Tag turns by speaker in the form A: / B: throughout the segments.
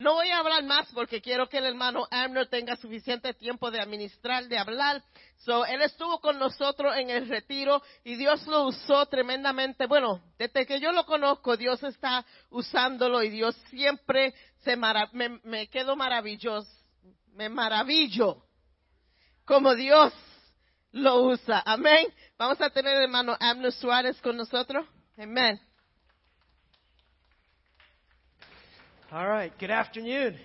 A: No voy a hablar más porque quiero que el hermano Amner tenga suficiente tiempo de administrar, de hablar. So, él estuvo con nosotros en el retiro y Dios lo usó tremendamente. Bueno, desde que yo lo conozco, Dios está usándolo y Dios siempre se marav me, me quedo maravilloso, me maravillo como Dios lo usa. Amén. Vamos a tener el hermano Amner Suárez con nosotros. Amén.
B: All right, good afternoon.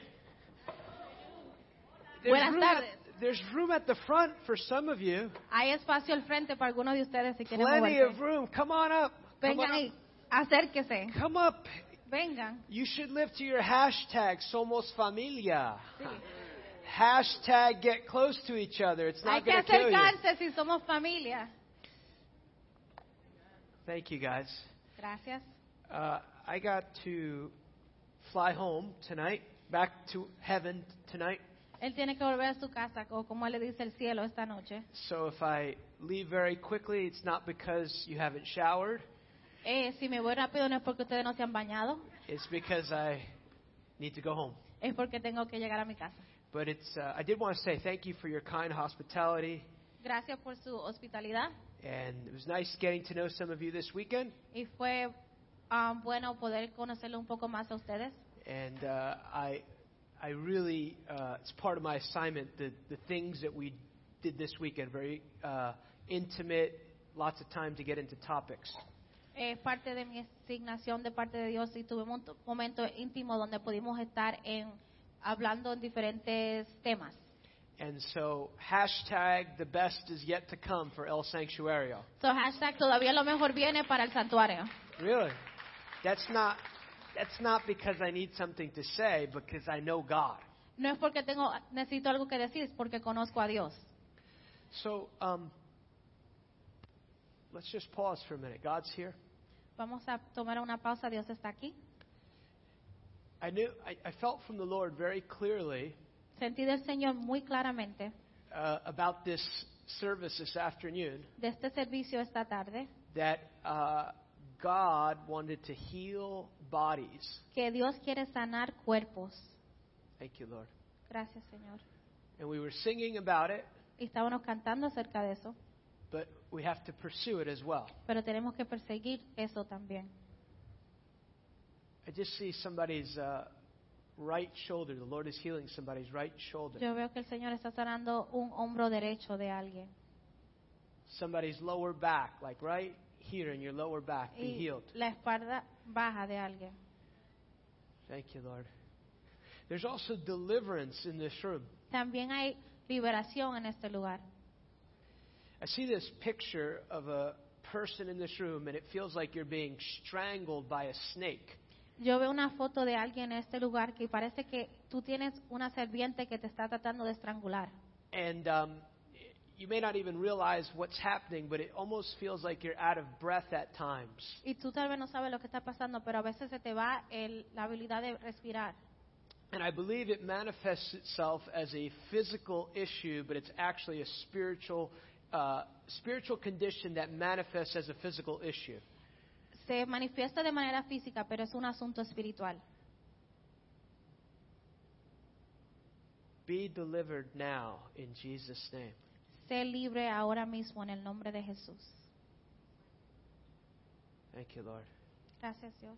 C: Buenas
B: room at,
C: tardes.
B: there's room at the front for some of you.
C: Hay espacio al frente para algunos de ustedes si quieren
B: Plenty of
C: moverse.
B: room. Come on up. Come
C: Vengan
B: on
C: ahí,
B: up.
C: acérquese.
B: Come up.
C: Vengan.
B: You should live to your hashtag Somos Familia. Hashtag get close to each other. It's
C: Hay
B: not
C: que
B: going to kill you.
C: acercarse si somos familia.
B: Thank you guys.
C: Gracias.
B: Uh, I got to fly home tonight, back to heaven tonight.
C: Él tiene que volver a su casa, o como le dice el cielo esta noche.
B: So if I leave very quickly, it's not because you haven't showered.
C: Eh, si me voy rápido no es porque ustedes no se han bañado,
B: It's because I need to go home.
C: es porque tengo que llegar a mi casa.
B: But it's, uh, I did want to say thank you for your kind hospitality.
C: Gracias por su hospitalidad
B: And it was nice getting to know some of you this weekend.
C: y fue ah, bueno poder conocerlo un poco más a ustedes.
B: And uh, I, I really, uh, it's part of my assignment, the, the things that we did this weekend, very uh, intimate, lots of time to get into topics.
C: Es parte de mi asignación de parte de Dios y tuve un momento íntimo donde pudimos estar en hablando en diferentes temas.
B: And so, hashtag the best is yet to come for El Sanctuario.
C: So hashtag todavía lo mejor viene para el santuario.
B: Really? That's not, that's not because I need something to say, because I know God.
C: No es porque tengo necesito algo que decir, es porque conozco a Dios.
B: So um, let's just pause for a minute. God's here.
C: Vamos a tomar una pausa, Dios está aquí.
B: I knew I, I felt from the Lord very clearly
C: Sentí del Señor muy claramente
B: uh, about this service this afternoon
C: de este servicio esta tarde
B: that uh, God wanted to heal bodies.
C: que Dios quiere sanar cuerpos.
B: Thank you, Lord.
C: Gracias, Señor.
B: And we were singing about it,
C: Y estábamos cantando acerca de eso,
B: but we have to pursue it as well.
C: pero tenemos que perseguir eso también.
B: I just see somebody's uh, right shoulder. The Lord is healing somebody's right shoulder.
C: Yo veo que el Señor está sanando un hombro derecho de alguien.
B: Somebody's lower back, like right here in your lower back, be
C: Y
B: healed.
C: la espalda baja de alguien.
B: Thank you, Lord. There's also deliverance in this room.
C: También hay liberación en este lugar.
B: I see this picture of a person in this room, and it feels like you're being strangled by a snake.
C: Yo veo una foto de alguien en este lugar que parece que tú tienes una serpiente que te está tratando de estrangular.
B: And um, you may not even realize what's happening, but it almost feels like you're out of breath at times.
C: Y tú tal vez no sabes lo que está pasando, pero a veces se te va el- la habilidad de respirar.
B: And I believe it manifests itself as a physical issue, but it's actually a spiritual, uh, spiritual condition that manifests as a physical issue.
C: Se manifiesta de manera física, pero es un asunto espiritual.
B: Be delivered now in Jesus' name.
C: Sé libre ahora mismo en el nombre de Jesús.
B: Thank you, Lord.
C: Gracias Dios.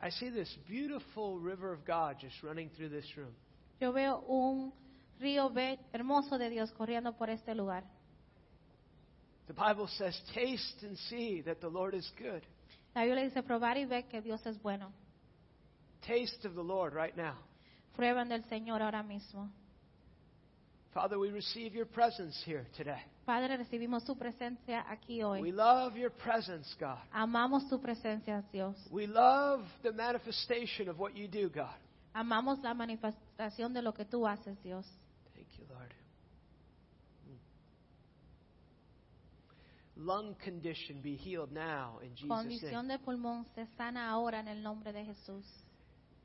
B: I see this beautiful river of God just running through this room.
C: Yo veo un río be- hermoso de Dios corriendo por este lugar.
B: The Bible says, Taste and see that the Lord is good.
C: La Biblia dice, probar y ver que Dios es bueno.
B: Taste of the Lord right now.
C: Prueban del Señor ahora mismo.
B: Father, we receive your presence here today.
C: Padre, recibimos su presencia aquí
B: We
C: hoy.
B: love your presence, God.
C: Amamos tu presencia, Dios.
B: We love the manifestation of what you do, God.
C: Amamos la manifestación de lo que tú haces, Dios.
B: Thank you, Lord. Hmm. Lung condition be healed now in Jesus'
C: Condición
B: name.
C: de pulmón se sana ahora en el nombre de Jesús.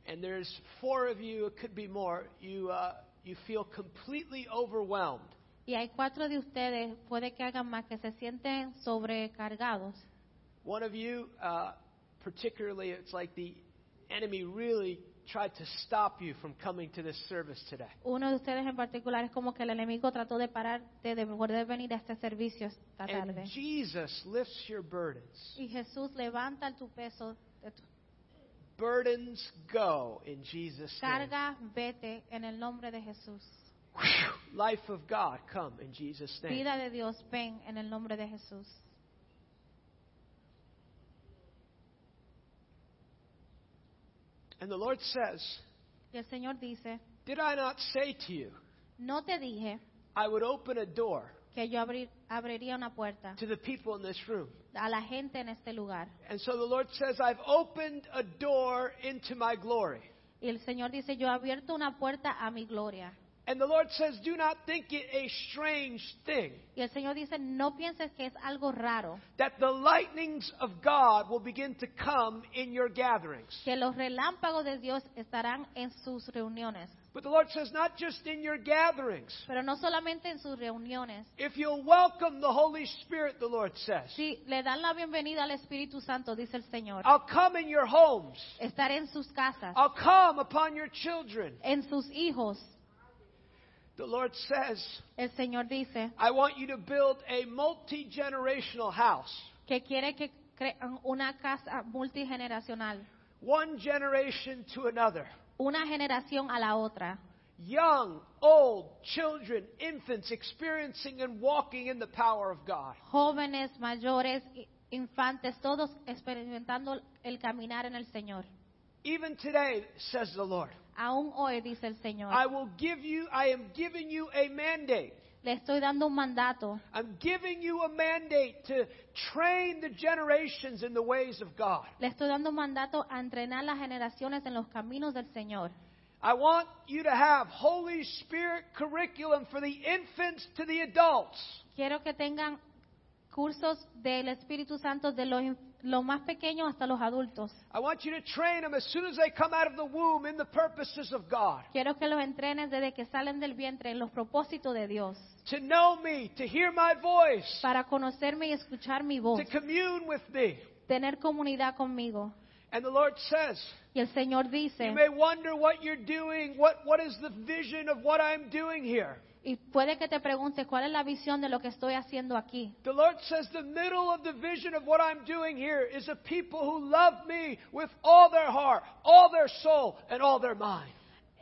B: And there's four of you, it could be more, you, uh, you feel completely overwhelmed.
C: Y hay cuatro de ustedes, puede que hagan más, que se sienten sobrecargados.
B: One of you, uh, particularly, it's like the enemy really tried to stop you from coming to this service today.
C: Uno de ustedes en particular es como que el enemigo trató de pararte de poder venir a este servicio esta
B: And
C: tarde.
B: Jesus lifts your burdens.
C: Y Jesús levanta tu peso, de tu
B: Burdens go in Jesus' name.
C: carga, vete en el nombre de Jesús.
B: Life of God come in Jesus' name.
C: Vida de Dios, ven en el nombre de Jesús.
B: And the Lord says,
C: Y el Señor dice,
B: Did I not say to you,
C: no te dije
B: I would open a door
C: que yo abrir- abriría una puerta
B: to the people in this room?
C: a la gente en este lugar.
B: And so the Lord says, I've opened a door into my glory.
C: Y el Señor dice, yo he abierto una puerta a mi gloria.
B: And the Lord says, Do not think it a strange thing
C: Y el Señor dice, no pienses que es algo raro,
B: that the lightnings of God will begin to come in your gatherings.
C: que los relámpagos de Dios estarán en sus reuniones.
B: But the Lord says, Not just in your gatherings.
C: Pero no solamente en sus reuniones.
B: If you'll welcome the Holy Spirit, the Lord says,
C: Si le dan la bienvenida al Espíritu Santo, dice el Señor,
B: I'll come in your homes.
C: estaré en sus casas,
B: I'll come upon your children.
C: en sus hijos.
B: The Lord says,
C: El Señor dice
B: I want you to build a multi generational house.
C: que quiere que crean una casa multigeneracional,
B: One generation to another.
C: una generación a la otra.
B: Young, old, children, infants experiencing and walking in the power of God.
C: jóvenes, mayores, i- infantes, todos experimentando el caminar en el Señor.
B: Even today, says the Lord,
C: Aún hoy, dice el Señor,
B: I will give you, I am giving you a mandate.
C: le estoy dando un mandato.
B: I'm giving you a mandate to train the generations in the ways of God.
C: Le estoy dando un mandato a entrenar las generaciones en los caminos del Señor.
B: I want you to have Holy Spirit curriculum for the infants to the adults.
C: Quiero que tengan cursos del Espíritu Santo de los, in- los más pequeños hasta los adultos.
B: I want you to train them as soon as they come out of the womb in the purposes of God.
C: Quiero que los entrenes desde que salen del vientre en los propósitos de Dios,
B: To know me, to hear my voice,
C: para conocerme y escuchar mi voz,
B: to commune with me.
C: tener comunidad conmigo.
B: And the Lord says,
C: Y el Señor
B: You
C: dice,
B: may wonder what you're doing, what, what is the vision of what I'm doing here.
C: Y puede que te preguntes cuál es la visión de lo que estoy haciendo aquí.
B: The Lord says the middle of the vision of what I'm doing here is a people who love me with all their heart, all their soul, and all their mind.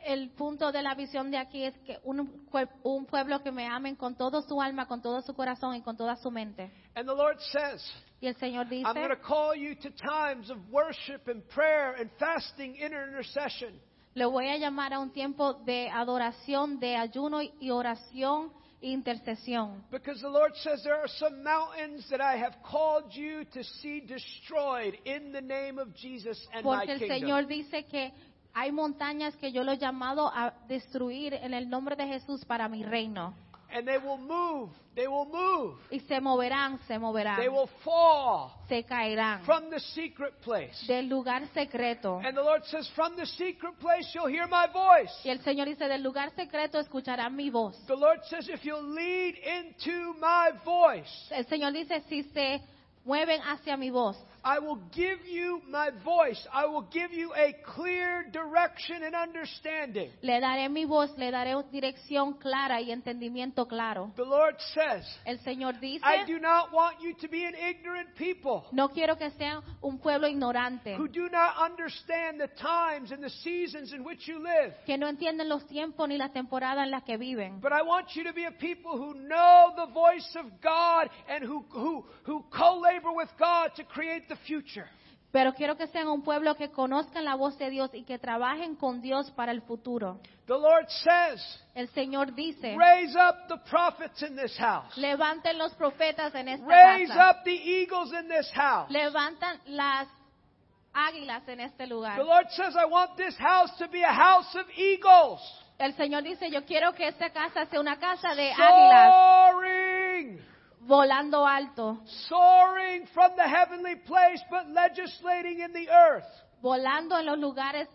C: El punto de la visión de aquí es que un, cuer- un pueblo que me amen con todo su alma, con todo su corazón y con toda su mente.
B: And the Lord says,
C: Y el Señor
B: I'm going to
C: dice,
B: call you to times of worship and prayer and fasting, inner intercession.
C: le voy a llamar a un tiempo de adoración, de ayuno y oración e intercesión.
B: Because the Lord says there are some mountains that I have called you to see destroyed in the name of Jesus and my
C: Porque el
B: kingdom.
C: Señor dice que hay montañas que yo lo he llamado a destruir en el nombre de Jesús para mi reino.
B: And they will move, they will move,
C: Y se moverán, se moverán,
B: they will fall
C: se caerán
B: from the secret place.
C: del lugar secreto.
B: And the Lord says, From the secret place you'll hear my voice.
C: Y el Señor dice, del lugar secreto escucharán mi voz.
B: The Lord says, If you'll lead into my voice,
C: El Señor dice, si se mueven hacia mi voz,
B: I will give you my voice. I will give you a clear direction and understanding.
C: le daré mi voz, le daré dirección clara y entendimiento claro.
B: The Lord says,
C: El Señor dice,
B: I do not want you to be an ignorant people
C: no quiero que sean un pueblo ignorante,
B: who do not understand the times and the seasons in which you live.
C: que no entienden los tiempos ni las temporadas en las que viven.
B: But I want you to be a people who know the voice of God and who, who, who co labor with God to create the future.
C: Pero quiero que sean un pueblo que conozcan la voz de Dios y que trabajen con Dios para el futuro.
B: The Lord says,
C: El Señor dice,
B: Raise up the prophets in this house.
C: levanten los profetas en esta
B: Raise
C: casa.
B: up the eagles in this house.
C: levantan las águilas en este lugar.
B: The Lord says, I want this house to be a house of eagles.
C: El Señor dice, yo quiero que esta casa sea una casa de águilas
B: Soaring,
C: volando alto,
B: soaring from the heavenly place, but legislating in the earth.
C: volando en los lugares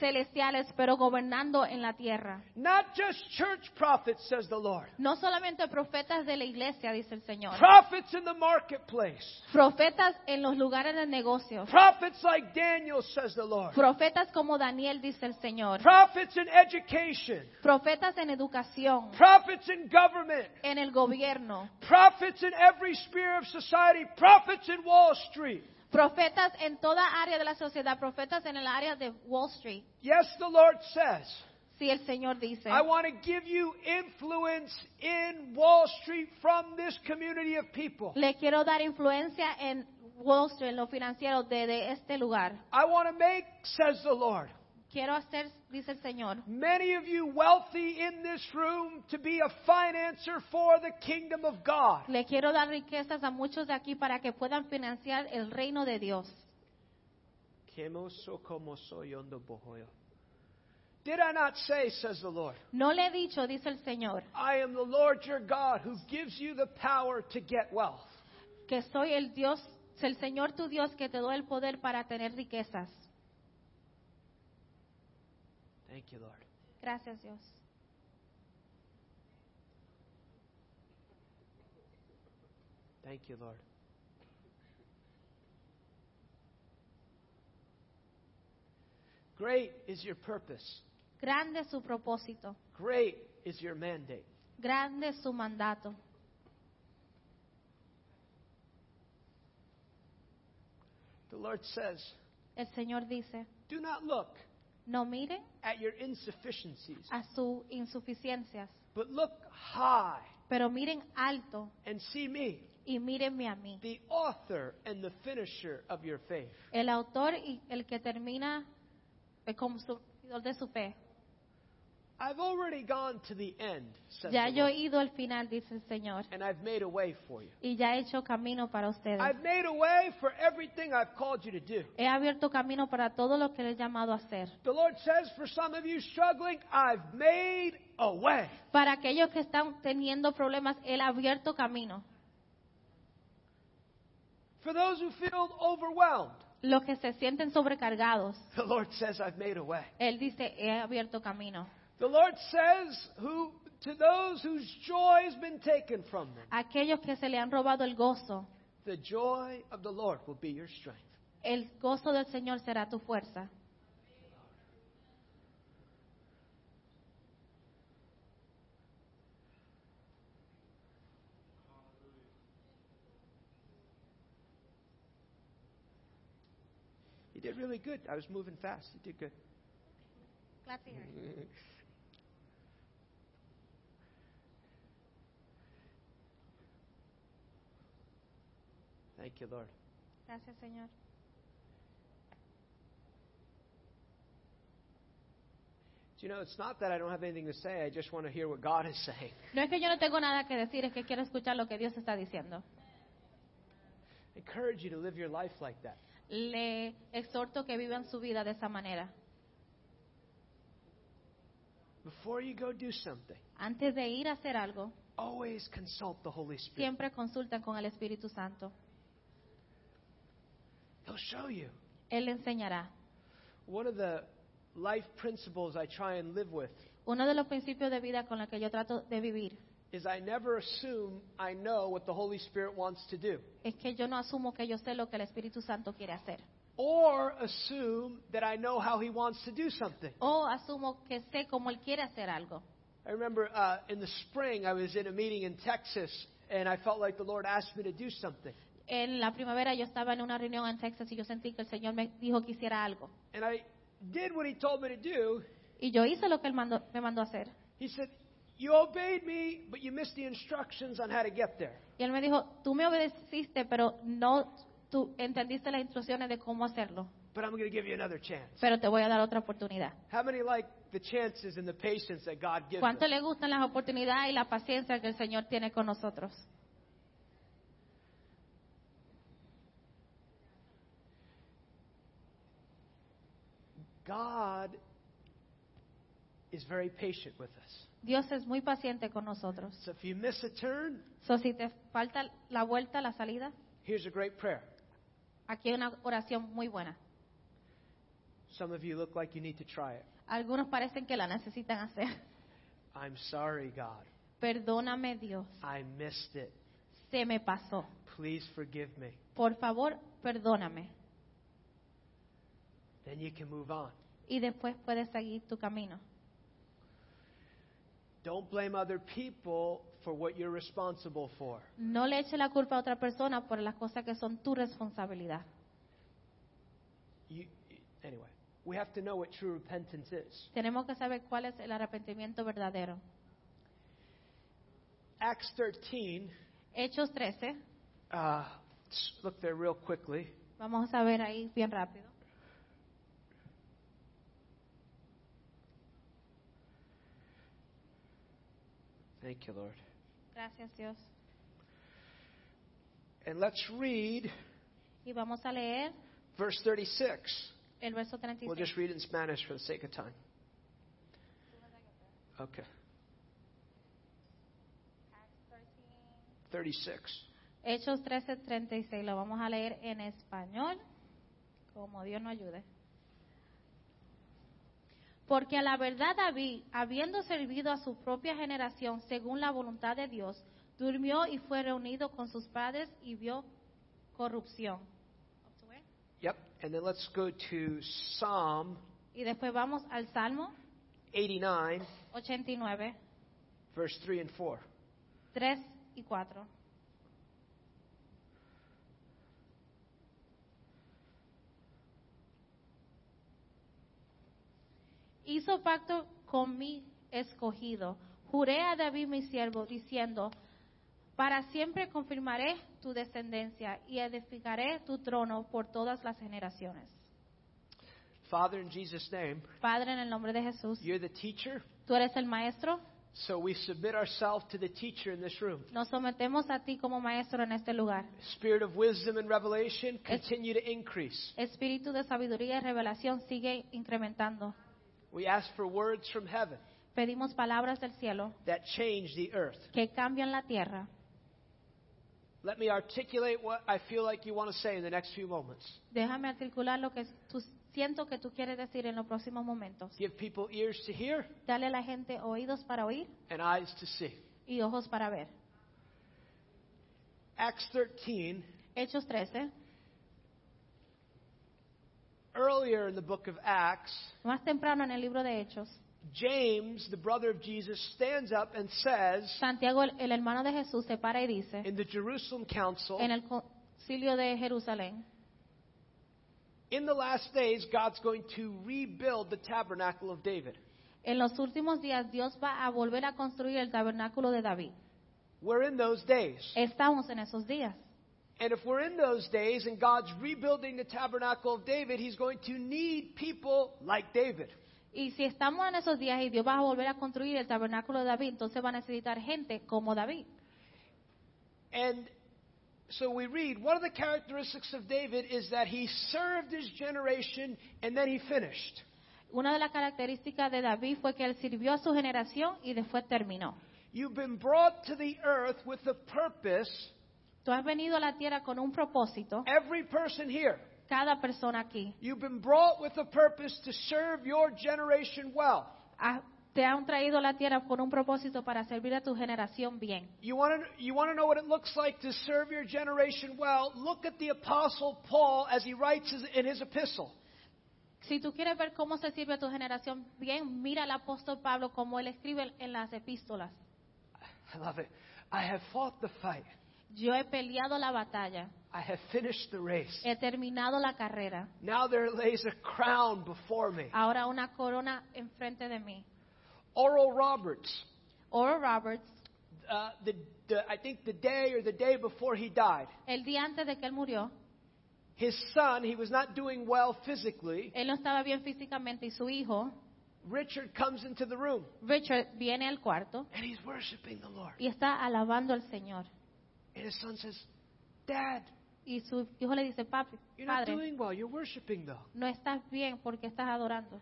C: celestiales, pero gobernando en la tierra.
B: Not just church prophets, says the Lord.
C: No solamente profetas de la iglesia, dice el Señor.
B: Prophets in the marketplace.
C: Profetas en los lugares de negocios.
B: Prophets like Daniel, says the Lord.
C: Profetas como Daniel, dice el Señor.
B: Prophets in education.
C: Profetas en educación.
B: Prophets in government.
C: En el gobierno.
B: Prophets in every sphere of society. Prophets in Wall Street.
C: Profetas en toda área de la sociedad. Profetas en el área de Wall Street.
B: Yes, the Lord says,
C: Si el Señor dice.
B: I want to give you influence in Wall Street from this community of people.
C: Le quiero dar influencia en Wall Street, en lo financiero de, de este lugar.
B: I want to make, says the Lord,
C: Quiero hacer, dice el Señor,
B: many of you wealthy in this room to be a financer for the kingdom of God.
C: le quiero dar riquezas a muchos de aquí para que puedan financiar el reino de Dios.
B: Did I not say, says the Lord,
C: No le he dicho, dice el Señor,
B: I am the Lord your God who gives you the power to get wealth.
C: que soy el Dios, el Señor tu Dios que te doy el poder para tener riquezas.
B: Thank you, Lord.
C: Gracias Dios.
B: Thank you, Lord. Great is your purpose.
C: Grande es su propósito,
B: Great is your mandate.
C: grande es su mandato.
B: The Lord says,
C: El Señor dice,
B: Do not look
C: no miren
B: at your insufficiencies,
C: a sus insuficiencias,
B: but look high
C: pero miren alto
B: and see me,
C: y mírenme a mí,
B: the author and the finisher of your faith.
C: el autor y el que termina el consumidor de su fe.
B: I've already gone to the end, says
C: Ya
B: the
C: yo
B: Lord,
C: he ido al final, dice el Señor,
B: and I've made a way for you.
C: y ya he hecho camino para ustedes.
B: I've made a way for everything I've called you to do.
C: He abierto camino para todo lo que le he llamado a hacer.
B: The Lord says, for some of you struggling, I've made a way.
C: Para aquellos que están teniendo problemas, Él ha abierto camino.
B: For those who feel overwhelmed,
C: Los que se sienten sobrecargados,
B: the Lord says, I've made a way.
C: Él dice, he abierto camino.
B: The Lord says, who, to those whose joy has been taken from them,
C: Aquellos que se le han robado el gozo,
B: the joy of the Lord will be your strength.
C: el gozo del Señor será tu fuerza.
B: You did really good. I was moving fast. You did good. Thank you, Lord.
C: Gracias, Señor.
B: Do you know, it's not that I don't have anything to say. I just want to hear what God is saying.
C: No es que yo no tengo nada que decir, es que quiero escuchar lo que Dios está diciendo.
B: I encourage you to live your life like that.
C: Le exhorto que vivan su vida de esa manera.
B: Before you go do something,
C: Antes de ir a hacer algo,
B: always consult the Holy Spirit.
C: siempre consultan con el Espíritu Santo.
B: He'll show you.
C: Él le enseñará.
B: One of the life principles I try and live with
C: Uno de los principios de vida con los que yo trato de vivir
B: is I never assume I know what the Holy Spirit wants to do
C: es que yo no asumo que yo sé lo que el Espíritu Santo quiere hacer.
B: or assume that I know how He wants to do something.
C: O asumo que sé cómo Él quiere hacer algo.
B: I remember uh, in the spring I was in a meeting in Texas and I felt like the Lord asked me to do something.
C: En la primavera yo estaba en una reunión en Texas y yo sentí que el Señor me dijo que hiciera algo.
B: And I did what He told me to do.
C: Y yo hice lo que Él mandó- me mandó a hacer.
B: He said, You obeyed me, but you missed the instructions on how to get there.
C: Y Él me dijo, tú me obedeciste, pero no tú entendiste las instrucciones de cómo hacerlo.
B: But I'm going to give you another chance.
C: Pero te voy a dar otra oportunidad.
B: How many like the chances and the patience that God gives us?
C: ¿Cuánto le gustan las oportunidades y la paciencia que el Señor tiene con nosotros?
B: God is very patient with us.
C: Dios es muy paciente con nosotros.
B: So if you miss a turn,
C: So, si te falta la vuelta, la salida,
B: here's a great prayer.
C: aquí hay una oración muy buena.
B: Some of you look like you need to try it.
C: Algunos parecen que la necesitan hacer.
B: I'm sorry, God.
C: Perdóname Dios,
B: I missed it.
C: se me pasó.
B: Please forgive me.
C: Por favor, perdóname.
B: Then you can move on.
C: Y después puedes seguir tu camino.
B: Don't blame other people for what you're responsible for.
C: No le eche la culpa a otra persona por las cosas que son tu responsabilidad.
B: You, anyway, we have to know what true repentance is.
C: Tenemos que saber cuál es el arrepentimiento verdadero.
B: Acts 13,
C: Hechos 13,
B: uh, let's look there real quickly.
C: vamos a ver ahí bien rápido.
B: Thank you, Lord.
C: Gracias Dios.
B: And let's read
C: Y vamos a leer
B: verse 36.
C: el verso
B: We'll
C: 36.
B: just read it in Spanish for the sake of time. Okay. 36.
C: Hechos 13, 36. Lo vamos a leer en español, como Dios nos ayude. Porque a la verdad David, habiendo servido a su propia generación según la voluntad de Dios, durmió y fue reunido con sus padres y vio corrupción.
B: Yep. And then let's go to Psalm
C: Y después vamos al Salmo
B: 89,
C: 89,
B: verse 3 and 4.
C: 3 y 4. Hizo pacto con mi escogido. Juré a David mi siervo, diciendo, para siempre confirmaré tu descendencia y edificaré tu trono por todas las generaciones.
B: Father, in Jesus' name,
C: Padre, en el nombre de Jesús,
B: you're the teacher,
C: tú eres el maestro.
B: so we submit ourselves to the teacher in this room.
C: Nos sometemos a ti como maestro en este lugar.
B: Spirit of wisdom and revelation, continue to increase.
C: Espíritu de sabiduría y revelación sigue incrementando.
B: We ask for words from heaven
C: Pedimos palabras del cielo
B: that change the earth.
C: que cambian la tierra.
B: Let me articulate what I feel like you want to say in the next few moments.
C: Déjame articular lo que tú- siento que tú quieres decir en los próximos momentos.
B: Give people ears to hear
C: Dale a la gente oídos para oír
B: and eyes to see.
C: y ojos para ver.
B: Acts 13,
C: Hechos 13.
B: earlier in the book of Acts,
C: Más temprano en el libro de Hechos,
B: James, the brother of Jesus, stands up and says
C: Santiago, el, el hermano de Jesús, se para y dice
B: in the Jerusalem council,
C: en el concilio de Jerusalén,
B: in the last days, God's going to rebuild the tabernacle of David.
C: en los últimos días Dios va a volver a construir el tabernáculo de David.
B: We're in those days.
C: Estamos en esos días.
B: And if we're in those days and God's rebuilding the tabernacle of David, he's going to need people like David.
C: Y si estamos en esos días y Dios va a volver a construir el tabernáculo de David, entonces va a necesitar gente como David.
B: And so we read one of the characteristics of David is that he served his generation and then he finished.
C: Una de las características de David fue que él sirvió a su generación y después terminó.
B: You've been brought to the earth with a purpose,
C: Tú has venido a la tierra con un propósito,
B: every person here.
C: cada persona aquí.
B: You've been brought with a purpose to serve your generation well.
C: Ha- te han traído a la tierra con un propósito para servir a tu generación bien.
B: You want to you want to know what it looks like to serve your generation well? Look at the apostle Paul as he writes his- in his epistle.
C: Si tú quieres ver cómo se sirve a tu generación bien, mira al apóstol Pablo como él escribe en las epístolas.
B: I love it. I have fought the fight.
C: Yo he peleado la batalla,
B: I have finished the race.
C: he terminado la carrera.
B: Now there lays a crown before me.
C: ahora una corona enfrente de mí.
B: Oral Roberts,
C: Oral Roberts,
B: uh, the, the, I think the day or the day before he died,
C: el día antes de que él murió,
B: his son, he was not doing well physically.
C: él no estaba bien físicamente y su hijo,
B: Richard comes into the room
C: Richard, viene al cuarto
B: and he's worshiping the Lord.
C: y está alabando al Señor.
B: And his son says, Dad,
C: Y su hijo le dice, papi,
B: you're not
C: padre,
B: doing well. You're worshiping though.
C: no estás bien porque estás adorando.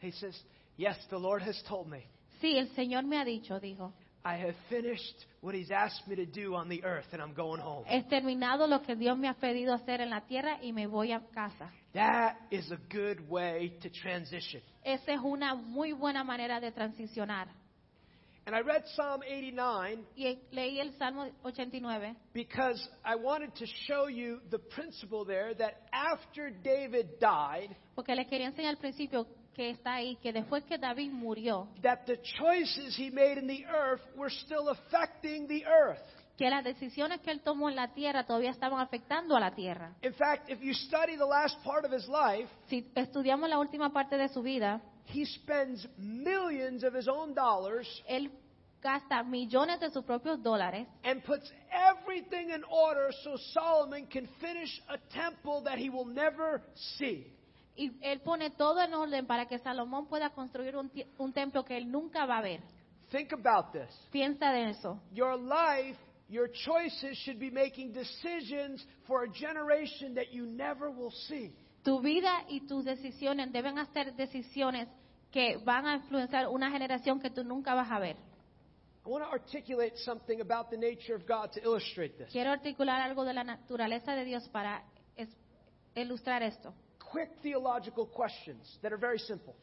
B: He says, Yes, the Lord has told me.
C: Sí, el Señor me ha dicho, dijo,
B: I have finished what he's asked me to do on the earth and I'm going home.
C: He terminado lo que Dios me ha pedido hacer en la tierra y me voy a casa.
B: That is a good way to transition.
C: Esa es una muy buena manera de transicionar.
B: And I read Psalm 89
C: Y he- leí el Salmo 89
B: because I wanted to show you the principle there that after David died,
C: porque les quería enseñar al principio que está ahí, que después que David murió,
B: that the choices he made in the earth were still affecting the earth.
C: que las decisiones que él tomó en la tierra todavía estaban afectando a la tierra.
B: In fact, if you study the last part of his life,
C: Si estudiamos la última parte de su vida,
B: he spends millions of his own dollars
C: él gasta millones de sus propios dólares
B: and puts everything in order so Solomon can finish a temple that he will never see.
C: y él pone todo en orden para que Salomón pueda construir un, tie- un templo que él nunca va a ver.
B: Think about this.
C: Piensa de eso.
B: Your life, your choices should be making decisions for a generation that you never will see.
C: Tu vida y tus decisiones deben hacer decisiones que van a influenciar una generación que tú nunca vas a ver.
B: I want to articulate something about the nature of God to illustrate this.
C: Quiero articular algo de la naturaleza de Dios para es- ilustrar esto.
B: Quick theological questions that are very simple.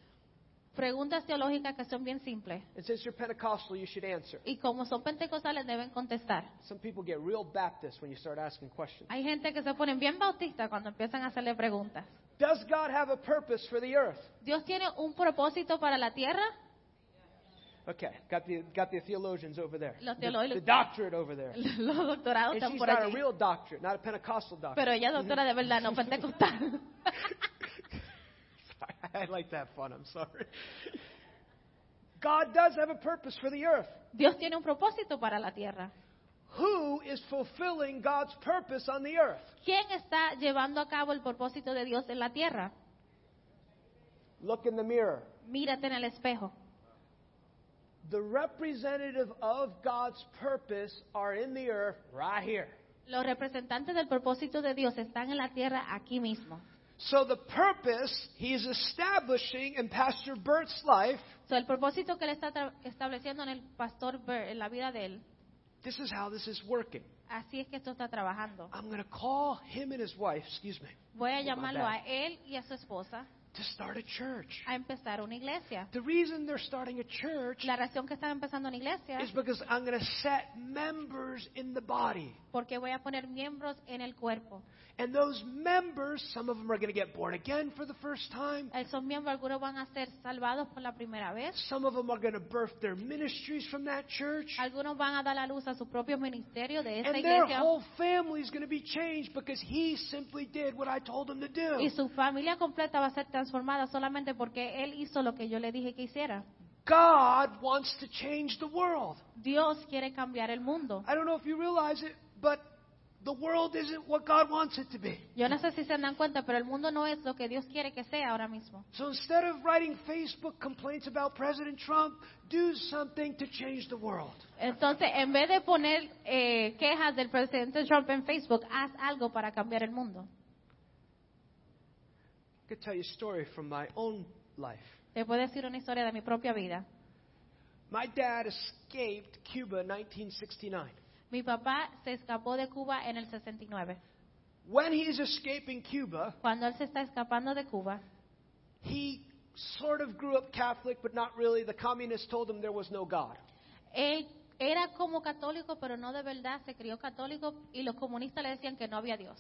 C: Preguntas teológicas que son bien simples
B: And since you're Pentecostal, you should answer.
C: y como son pentecostales deben contestar.
B: Some people get real Baptist when you start asking questions.
C: Hay gente que se ponen bien bautistas cuando empiezan a hacerle preguntas.
B: Does God have a purpose for the earth?
C: ¿Dios tiene un propósito para la tierra?
B: Okay, got the got the theologians over there.
C: Los
B: the,
C: teolo-
B: the doctorate over there.
C: Los doctorados
B: And
C: están
B: she's
C: por
B: not a
C: allí.
B: real doctorate, not a Pentecostal doctorate.
C: Pero ella es doctora de verdad, no pentecostal.
B: I like that fun. I'm sorry. God does have a purpose for the earth.
C: Dios tiene un propósito para la tierra.
B: Who is fulfilling God's purpose on the earth?
C: ¿Quién está llevando a cabo el propósito de Dios en la tierra?
B: Look in the mirror.
C: Mírate en el espejo.
B: The representative of God's purpose are in the earth right here.
C: Los representantes del propósito de Dios están en la tierra aquí mismo.
B: So the purpose he's establishing in Pastor Burt's life,
C: So, el propósito que él está tra- estableciendo en el pastor Burr, en la vida de él,
B: this is how this is working.
C: así es que esto está trabajando.
B: I'm going to call him and his wife, excuse me,
C: Voy a
B: my
C: llamarlo
B: bad.
C: a él y a su esposa
B: to start a church.
C: a empezar una iglesia.
B: The reason they're starting a church
C: La razón que están empezando una iglesia
B: is because I'm going to set members in the body.
C: porque voy a poner miembros en el cuerpo.
B: And those members, some of them are going to get born again for the first time.
C: Esos Eh, miembros, algunos van a ser salvados por la primera vez,
B: Some of them are going to birth their ministries from that church.
C: algunos van a dar la luz a su propio ministerio de esa
B: And their
C: iglesia
B: whole family is going to be changed because he simply did what I told him to do.
C: y su familia completa va a ser transformada solamente porque él hizo lo que yo le dije que hiciera.
B: God wants to change the world.
C: Dios quiere cambiar el mundo.
B: I don't know if you realize it, but the world isn't what God wants it to be.
C: Yo no sé si se dan cuenta, pero el mundo no es lo que Dios quiere que sea ahora mismo.
B: So instead of writing Facebook complaints about President Trump, do something to change the world.
C: Entonces, en vez de poner eh, quejas del presidente Trump en Facebook, haz algo para cambiar el mundo.
B: I could tell you a story from my own life.
C: Te puedo decir una historia de mi propia vida.
B: My dad escaped Cuba in 1969.
C: Mi papá se escapó de Cuba en el 69.
B: When he's escaping Cuba,
C: Cuando él se está escapando de Cuba,
B: he sort of grew up Catholic, but not really. The communists told him there was no God.
C: él era como católico, pero no de verdad, se crió católico y los comunistas le decían que no había Dios.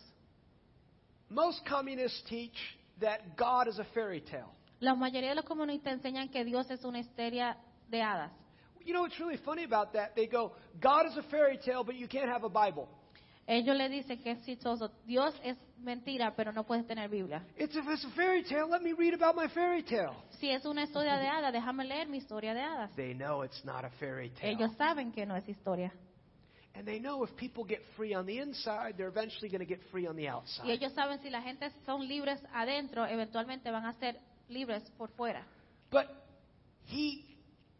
B: Most communists teach that God is a fairy tale.
C: La mayoría de los comunistas enseñan que Dios es una histeria de hadas.
B: You know what's really funny about that? They go, God is a fairy tale, but you can't have a Bible.
C: Ellos le dicen que es chistoso. Dios es mentira, pero no puedes tener Biblia.
B: It's if it's a fairy tale, let me read about my fairy tale.
C: Si es una historia de hadas, déjame leer mi historia de hadas.
B: They know it's not a fairy tale.
C: Ellos saben que no es historia.
B: And they know if people get free on the inside, they're eventually going to get free on the
C: Y
B: outside.
C: ellos saben si la gente son libres adentro, eventualmente van a ser libres por fuera.
B: But he,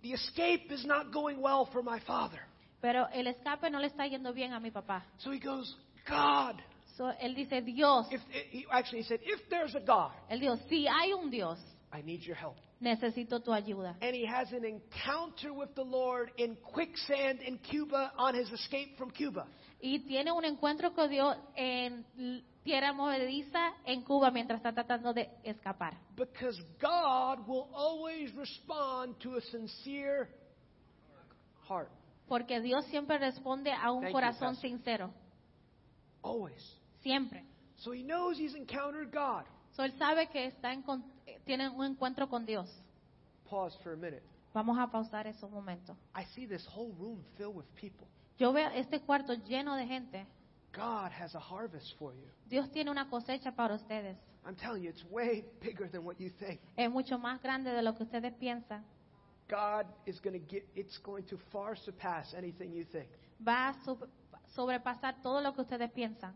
B: the escape is not going well for my father.
C: Pero el escape no le está yendo bien a mi papá.
B: So he goes, God.
C: So, él dice, Dios,
B: If, he, actually, he said, if there's a God,
C: él dijo, si hay un Dios,
B: I need your help.
C: necesito tu ayuda.
B: And he has an encounter with the Lord in quicksand in Cuba on his escape from Cuba.
C: Y tiene un encuentro con Dios en l- tierra movediza en Cuba mientras está tratando de escapar.
B: Because God will always respond to a sincere heart.
C: Porque Dios siempre responde a un
B: Thank you,
C: corazón
B: Pastor.
C: sincero.
B: Always.
C: Siempre.
B: So he knows he's encountered God.
C: So, él sabe que está en con- eh, tiene un encuentro con Dios.
B: Pause for a minute.
C: Vamos a pausar esos momentos.
B: I see this whole room filled with people.
C: Yo veo este cuarto lleno de gente.
B: God has a harvest for you.
C: Dios tiene una cosecha para ustedes.
B: I'm telling you, it's way bigger than what you think.
C: Es mucho más grande de lo que ustedes piensan.
B: God is going to get, it's going to far surpass anything you think.
C: Va a sub- sobrepasar todo lo que ustedes piensan.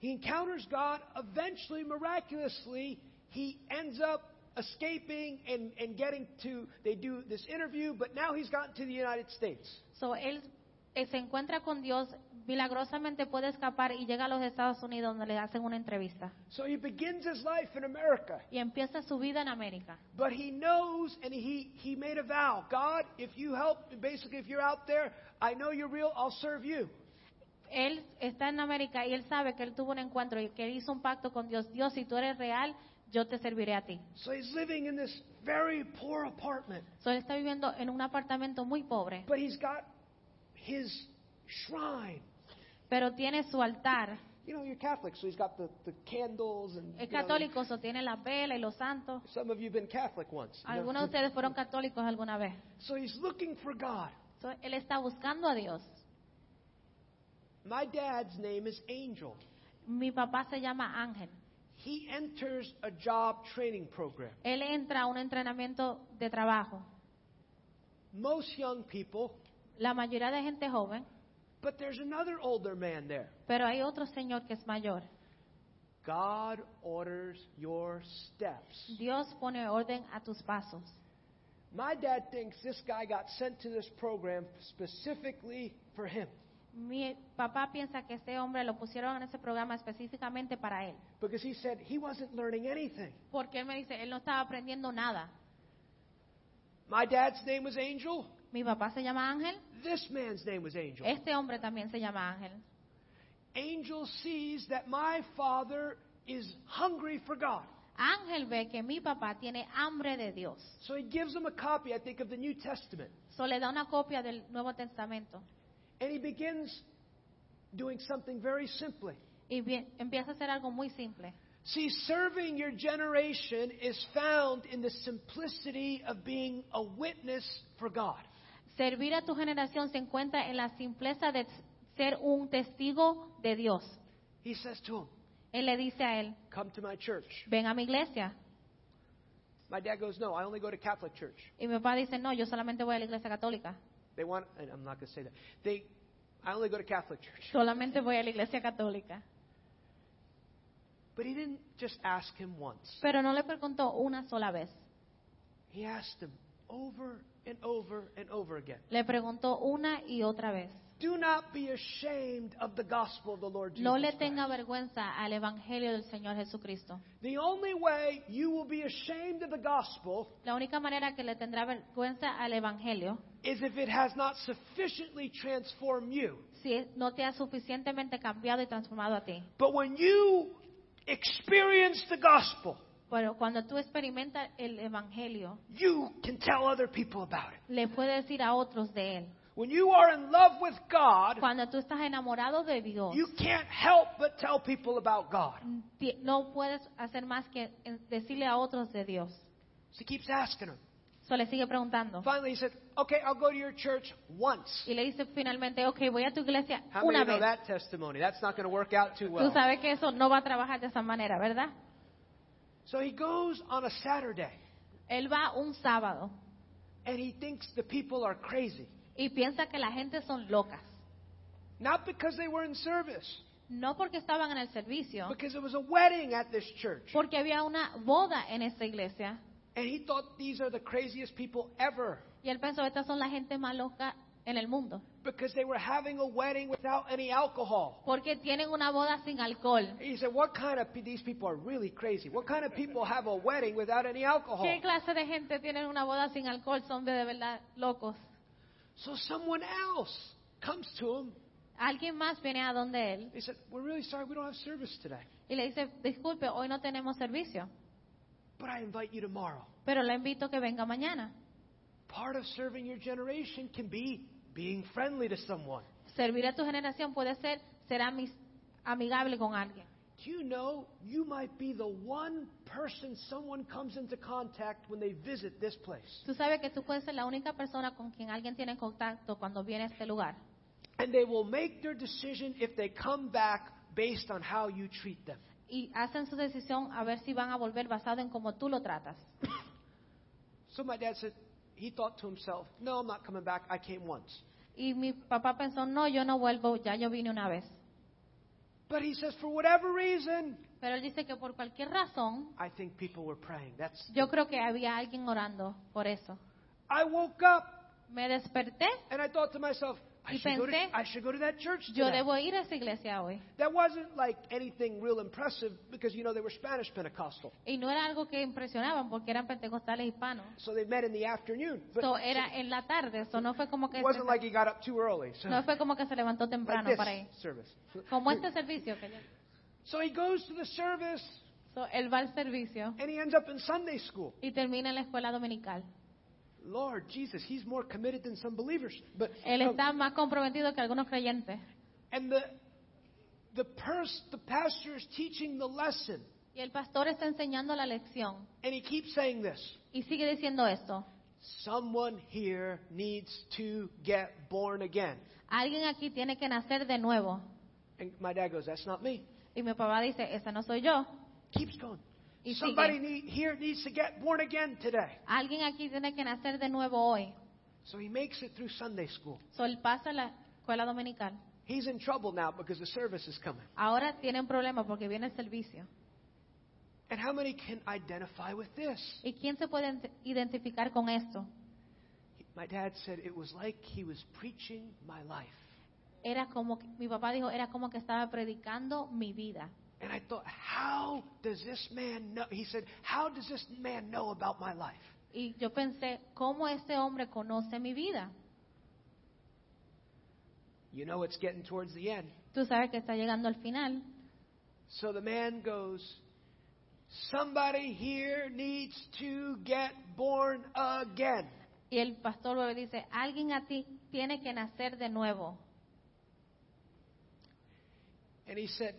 B: He encounters God. Eventually, miraculously, he ends up escaping and, and getting to, they do this interview, but now he's gotten to the United States.
C: So, él eh, se encuentra con Dios, milagrosamente puede escapar y llega a los Estados Unidos donde le hacen una entrevista.
B: So he begins his life in America.
C: Y empieza su vida en América.
B: But he knows and he, he made a vow God, if you help, basically, if you're out there, I know you're real, I'll serve you.
C: Él está en América y él sabe que él tuvo un encuentro y que él hizo un pacto con Dios. Dios, si tú eres real, yo te serviré a ti.
B: So he's living in this very poor apartment.
C: So, él está viviendo en un apartamento muy pobre,
B: But he's got his shrine.
C: pero tiene su altar.
B: You know, you're Catholic, so he's got the, the candles and. you
C: Es
B: know,
C: católico, so tiene la vela y los santos.
B: Some of you have been Catholic once. you know.
C: Algunos de ustedes fueron católicos alguna vez.
B: So he's looking for God.
C: So, él está buscando a Dios.
B: My dad's name is Angel.
C: Mi papá se llama Ángel.
B: He enters a job training program.
C: Él entra a un entrenamiento de trabajo.
B: Most young people,
C: La mayoría de gente joven,
B: but there's another older man there.
C: pero hay otro señor que es mayor.
B: God orders your steps.
C: Dios pone orden a tus pasos.
B: My dad thinks this guy got sent to this program specifically for him
C: Mi papá piensa que este hombre lo pusieron en ese programa específicamente para él.
B: because he said he wasn't learning anything.
C: Porque él me dice, él no estaba aprendiendo nada.
B: My dad's name was Angel.
C: Mi papá se llama Ángel,
B: This man's name was Angel.
C: este hombre también se llama Ángel.
B: Angel sees that my father is hungry for God.
C: Ángel ve que mi papá tiene hambre de Dios.
B: So he gives him a copy, I think, of the New Testament.
C: So le da una copia del Nuevo Testamento
B: And he begins doing something very simply.
C: y bien- empieza a hacer algo muy simple.
B: See, serving your generation is found in the simplicity of being a witness for God.
C: Servir a tu generación se encuentra en la simpleza de ser un testigo de Dios.
B: He says to him,
C: Él le dice a él,
B: Come to my church.
C: ven a mi iglesia.
B: My dad goes, No, I only go to Catholic church.
C: Y mi papá dice, no, yo solamente voy a la iglesia católica.
B: They want, and I'm not going to say that. They, I only go to Catholic church.
C: Solamente voy a la iglesia católica.
B: But he didn't just ask him once,
C: Pero no le preguntó una sola vez.
B: he asked him over and over and over again.
C: Le preguntó una y otra vez.
B: Do not be ashamed of the gospel of the Lord Jesus
C: No le
B: Christ.
C: tenga vergüenza al Evangelio del Señor Jesucristo.
B: The only way you will be ashamed of the gospel
C: La única manera que le tendrá vergüenza al Evangelio
B: is if it has not sufficiently transformed you.
C: si no te ha suficientemente cambiado y transformado a ti.
B: But when you experience the gospel,
C: Pero cuando tú experimentas el Evangelio,
B: you can tell other people about it.
C: le puedes decir a otros de él.
B: When you are in love with God,
C: Cuando tú estás enamorado de Dios,
B: you can't help but tell people about God.
C: ti- no puedes hacer más que eh, decirle a otros de Dios.
B: So he keeps asking him.
C: So le sigue preguntando.
B: Finally, he said, Okay, I'll go to your church once.
C: Y le dice finalmente, ok, voy a tu iglesia
B: How many
C: una
B: of you know
C: vez.
B: that testimony? That's not going to work out too
C: Tú
B: well.
C: sabes que eso no va a trabajar de esa manera, ¿verdad?
B: So he goes on a Saturday,
C: Él va un sábado
B: and he thinks the people are crazy.
C: y piensa que la gente son locas.
B: Not because they were in service,
C: No porque estaban en el servicio,
B: because it was a wedding at this church.
C: porque había una boda en esa iglesia.
B: And he thought these are the craziest people ever.
C: Y él pensó, estas son la gente más loca en el mundo.
B: because they were having a wedding without any alcohol.
C: Porque tienen una boda sin alcohol.
B: He said, What kind of pe- these people are really crazy? What kind of people have a wedding without any alcohol?
C: ¿Qué clase de gente tiene una boda sin alcohol? Son de verdad locos.
B: So someone else comes to him.
C: Alguien más viene a donde él
B: He said, We're really sorry we don't have service today,
C: y le dice, disculpe, hoy no tenemos servicio,
B: but I invite you tomorrow.
C: pero le invito que venga mañana.
B: Part of serving your generation can be being friendly to someone.
C: Servir a tu generación puede ser ser amis- amigable con alguien.
B: Do you know you might be the one person someone comes into contact when they visit this place?
C: Tú sabes que tú puedes ser la única persona con quien alguien tiene contacto cuando viene a este lugar.
B: And they will make their decision if they come back based on how you treat them.
C: Y hacen su decisión a ver si van a volver basado en cómo tú lo tratas.
B: So my dad said, he thought to himself, no, I'm not coming back. I came once.
C: Y mi papá pensó, no, yo no vuelvo, ya yo vine una vez.
B: But he says, for whatever reason,
C: Pero él dice que por cualquier razón,
B: I think people were praying. That's
C: yo creo que había alguien orando por eso.
B: I woke up
C: Me desperté,
B: and I thought to myself, I
C: Y
B: should, go to,
C: pensé,
B: I should go to that church
C: yo
B: today.
C: debo ir a esa iglesia hoy.
B: That wasn't like anything real impressive because you know they were Spanish Pentecostal.
C: Y no era algo que impresionaban porque eran pentecostales hispanos.
B: So they met in the afternoon. But
C: So, era en la tarde, eso no fue como que
B: it wasn't
C: se,
B: like he got up too early. So
C: no fue como que se levantó
B: like
C: temprano
B: this
C: para ir.
B: service.
C: Como este servicio que yo-
B: So he goes to the service
C: so, él va al servicio
B: and he ends up in Sunday school.
C: y termina en la escuela dominical.
B: Lord Jesus, he's more committed than some believers. But
C: Él
B: um,
C: está más comprometido que algunos creyentes.
B: and the the pers- the pastor is teaching the lesson
C: Y el pastor está enseñando la lección
B: and he keeps saying this.
C: y sigue diciendo esto.
B: Someone here needs to get born again.
C: Alguien aquí tiene que nacer de nuevo.
B: And my dad goes, "That's not me."
C: Y mi papá dice, esa no soy yo.
B: Keeps going.
C: Y
B: Somebody
C: sigue.
B: need, here needs to get born again today.
C: Alguien aquí tiene que nacer de nuevo hoy.
B: So he makes it through Sunday school.
C: So, él pasa a la escuela dominical.
B: He's in trouble now because the service is coming.
C: Ahora tienen problemas porque viene el servicio.
B: And how many can identify with this?
C: ¿Y quién se puede ent- identificar con esto?
B: My dad said it was like he was preaching my life.
C: Era como, que- mi papá dijo, era como que estaba predicando mi vida.
B: And I thought, how does this man know? He said, how does this man know about my life?
C: Y yo pensé, ¿cómo este hombre conoce mi vida?
B: You know, it's getting towards the end.
C: Tú sabes que está llegando al final.
B: So the man goes, somebody here needs to get born again.
C: Y el pastor vuelve y dice, alguien a ti tiene que nacer de nuevo.
B: And he said,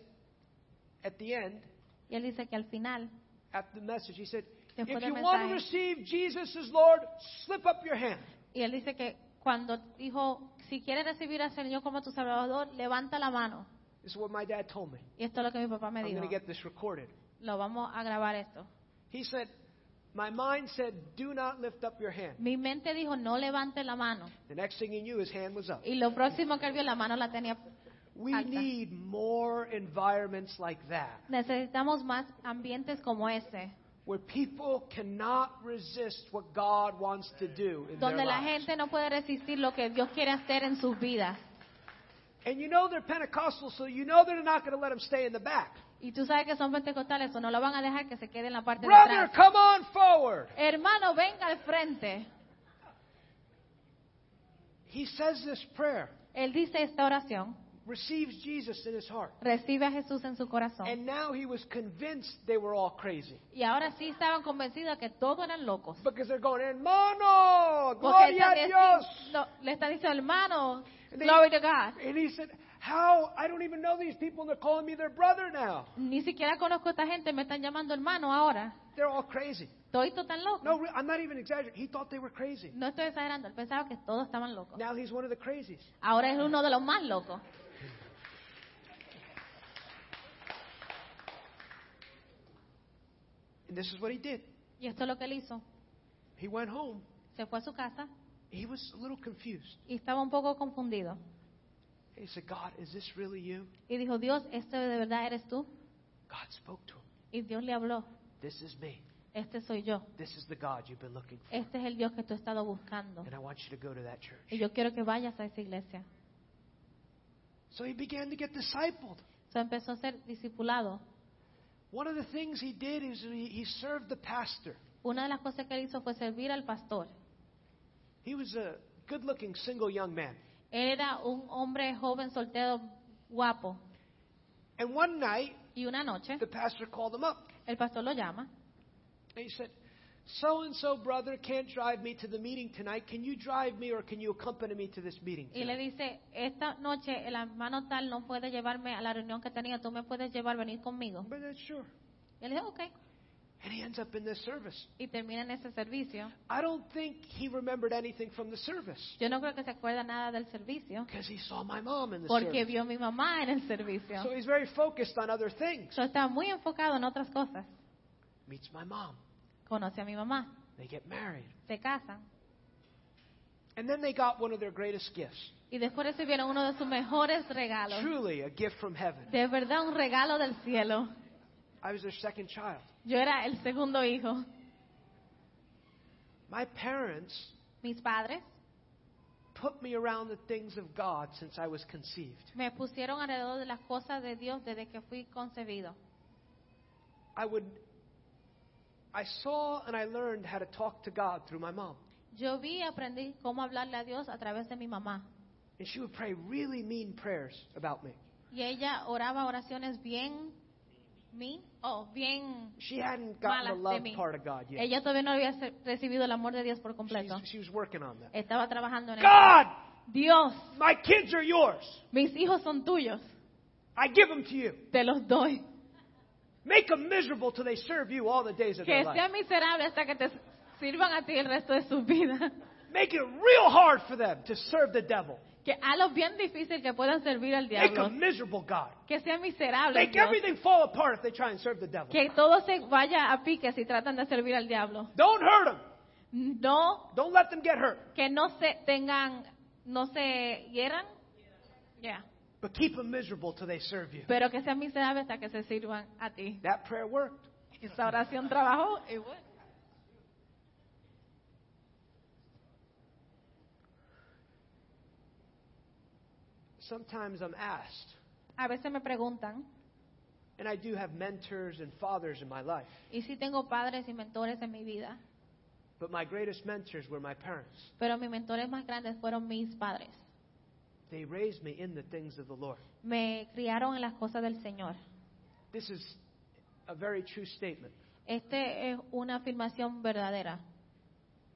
B: at the end,
C: Y él dice que al final,
B: after the message, he said,
C: Después
B: if
C: del
B: you want to
C: mensaje.
B: receive Jesus as Lord, slip up your hand.
C: y él dice que cuando dijo, si quieres recibir al Señor como tu Salvador, levanta la mano.
B: This is what my dad told me.
C: Y esto es lo que mi papá me
B: I'm going
C: dijo.
B: to get this recorded.
C: Lo vamos a grabar esto.
B: He said, My mind said, do not lift up your hand.
C: Mi mente dijo, no levante la mano.
B: The next thing he knew, his hand was up.
C: Y lo próximo que él vio, la mano la tenía
B: We
C: alta.
B: need more environments like that
C: Necesitamos más ambientes como ese,
B: where people cannot resist what God wants to do in
C: donde
B: their
C: la
B: lives.
C: gente no puede resistir lo que Dios quiere hacer en sus vidas.
B: And you know they're Pentecostal, so you know they're not going to let them stay in the back.
C: Y tú sabes que son pentecostales, o no lo van a dejar que se quede en la parte de
B: Brother,
C: atrás.
B: come on forward.
C: Hermano, venga al frente.
B: He says this prayer,
C: Él dice esta oración,
B: receives Jesus in his heart.
C: recibe a Jesús en su corazón.
B: And now he was convinced they were all crazy.
C: Y ahora sí estaban convencidos que todos eran locos.
B: Because they're going, Hermano,
C: Porque él
B: Gloria
C: está
B: a Dios.
C: diciendo- le está diciendo, hermano,
B: And they-
C: glory to God.
B: And he said, How? I don't even know these people, and they're calling me their brother now.
C: Ni siquiera conozco a esta gente, me están llamando hermano ahora.
B: They're all crazy.
C: Estoy tan loco.
B: No, re- I'm not even exaggerating. He thought they were crazy.
C: No estoy exagerando, él pensaba que todos estaban locos.
B: Now he's one of the crazies.
C: Ahora es uno de los más locos.
B: And this is what he did.
C: Y esto es lo que él hizo.
B: He went home.
C: Se fue a su casa
B: He was a little confused.
C: y estaba un poco confundido.
B: He said, God, is this really you?
C: Y dijo, Dios, ¿esto de verdad eres tú?
B: God spoke to him.
C: Y Dios le habló,
B: This is me.
C: Este soy yo.
B: This is the God you've been looking for.
C: Este es el Dios que tú has estado buscando.
B: And I want you to go to that
C: Y
B: church.
C: yo quiero que vayas a esa iglesia.
B: So he began to get discipled.
C: So empezó a ser discipulado.
B: One of the things he did is he, he served the pastor.
C: Una de las cosas que él hizo fue servir al pastor.
B: He was a good looking single young man.
C: Él era un hombre joven, soltero, guapo.
B: And one night,
C: Y una noche,
B: the pastor called him up
C: el pastor lo llama
B: and he said, So and so brother can't drive me to the meeting tonight. Can you drive me or can you accompany me to this meeting?
C: y le
B: tonight?"
C: dice, esta noche el hermano tal no puede llevarme a la reunión que tenía, tú me puedes llevar, venir conmigo.
B: But that's sure.
C: Y él dijo, ok.
B: And he ends up in this service.
C: Y termina en ese servicio.
B: I don't think he remembered anything from the service
C: Yo no creo que se acuerda nada del servicio,
B: because he saw my mom in the
C: porque
B: service.
C: vio a mi mamá en el servicio.
B: So he's very focused on other things.
C: Yo estaba muy enfocado en otras cosas.
B: Meets my mom.
C: Conoce a mi mamá,
B: They get married.
C: se casan
B: And then they got one of their greatest gifts.
C: y después recibieron uno de sus mejores regalos.
B: Truly a gift from heaven.
C: De verdad un regalo del cielo.
B: I was their second child.
C: Yo era el segundo hijo.
B: My parents
C: Mis padres
B: put me around the things of God since I was conceived.
C: me pusieron alrededor de las cosas de Dios desde que fui concebido.
B: I would I saw and I learned how to talk to God through my mom.
C: Yo vi y aprendí cómo hablarle a Dios a través de mi mamá.
B: And she would pray really mean prayers about me.
C: Y ella oraba oraciones bien, mí, oh, bien.
B: She hadn't gotten the
C: Malas de
B: love
C: mí.
B: part of God yet.
C: Ella todavía no había ce- recibido el amor de Dios por completo.
B: She's- she was working on that.
C: Estaba trabajando en eso.
B: God,
C: Dios,
B: my kids are yours.
C: mis hijos son tuyos.
B: I give them to you.
C: Te los doy.
B: Make them miserable till they serve you all the days of
C: Que
B: their life.
C: sean miserables hasta que te sirvan a ti el resto de sus vidas.
B: Make it real hard for them to serve the devil.
C: Que a los bien difícil que puedan servir al
B: Make
C: diablo.
B: them miserable, God.
C: Que sean miserables.
B: Make
C: Dios.
B: everything fall apart if they try and serve the devil.
C: Que todo se vaya a pique si tratan de servir al diablo.
B: Don't hurt them.
C: No,
B: Don't let them get hurt.
C: que no se tengan, no se hieran. Ya.
B: But keep them miserable till they serve you.
C: Pero que sean miserables hasta que se sirvan a ti.
B: That prayer worked.
C: Esa oración trabajó y bueno.
B: Sometimes I'm asked,
C: A veces me preguntan,
B: and I do have mentors and fathers in my life,
C: y si tengo padres y mentores en mi vida,
B: but my greatest mentors were my parents.
C: pero mis mentores más grandes fueron mis padres.
B: They raised me in the things of the Lord.
C: Me criaron en las cosas del Señor.
B: This is a very true statement.
C: Este es una afirmación verdadera.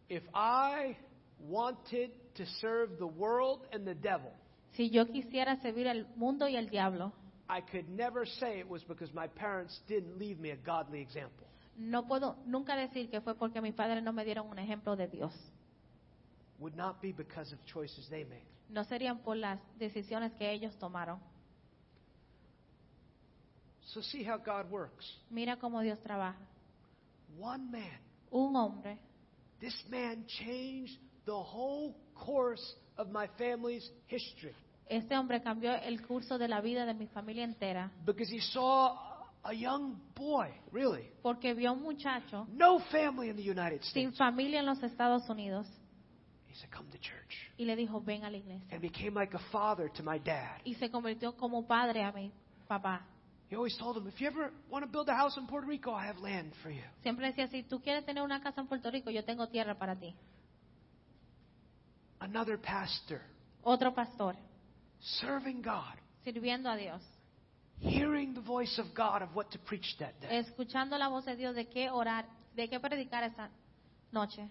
B: If I wanted to serve the world and the devil,
C: Si yo quisiera servir al mundo y al diablo,
B: I could never say it was because my parents didn't leave me a godly example.
C: no puedo nunca decir que fue porque mis padres no me dieron un ejemplo de Dios.
B: Would not be because of choices they made.
C: No serían por las decisiones que ellos tomaron.
B: So see how God works.
C: Mira cómo Dios trabaja.
B: One man,
C: Un hombre,
B: this man changed the whole course of my family's history
C: este hombre cambió el curso de la vida de mi familia entera
B: because he saw a young boy, really,
C: porque vio a un muchacho
B: no family in the United
C: sin
B: States.
C: familia en los Estados Unidos
B: He said, Come to church.
C: y le dijo, ven a la iglesia.
B: And became like a father to my dad.
C: Y se convirtió como padre a mi papá.
B: He always told him, If you ever want to build a house in Puerto Rico, I have land for you.
C: Siempre decía, si tú quieres tener una casa en Puerto Rico, yo tengo tierra para ti.
B: Another pastor,
C: Otro pastor,
B: serving God,
C: sirviendo a Dios,
B: hearing the voice of God of what to preach that day.
C: escuchando la voz de Dios de qué orar, de qué predicar esa noche.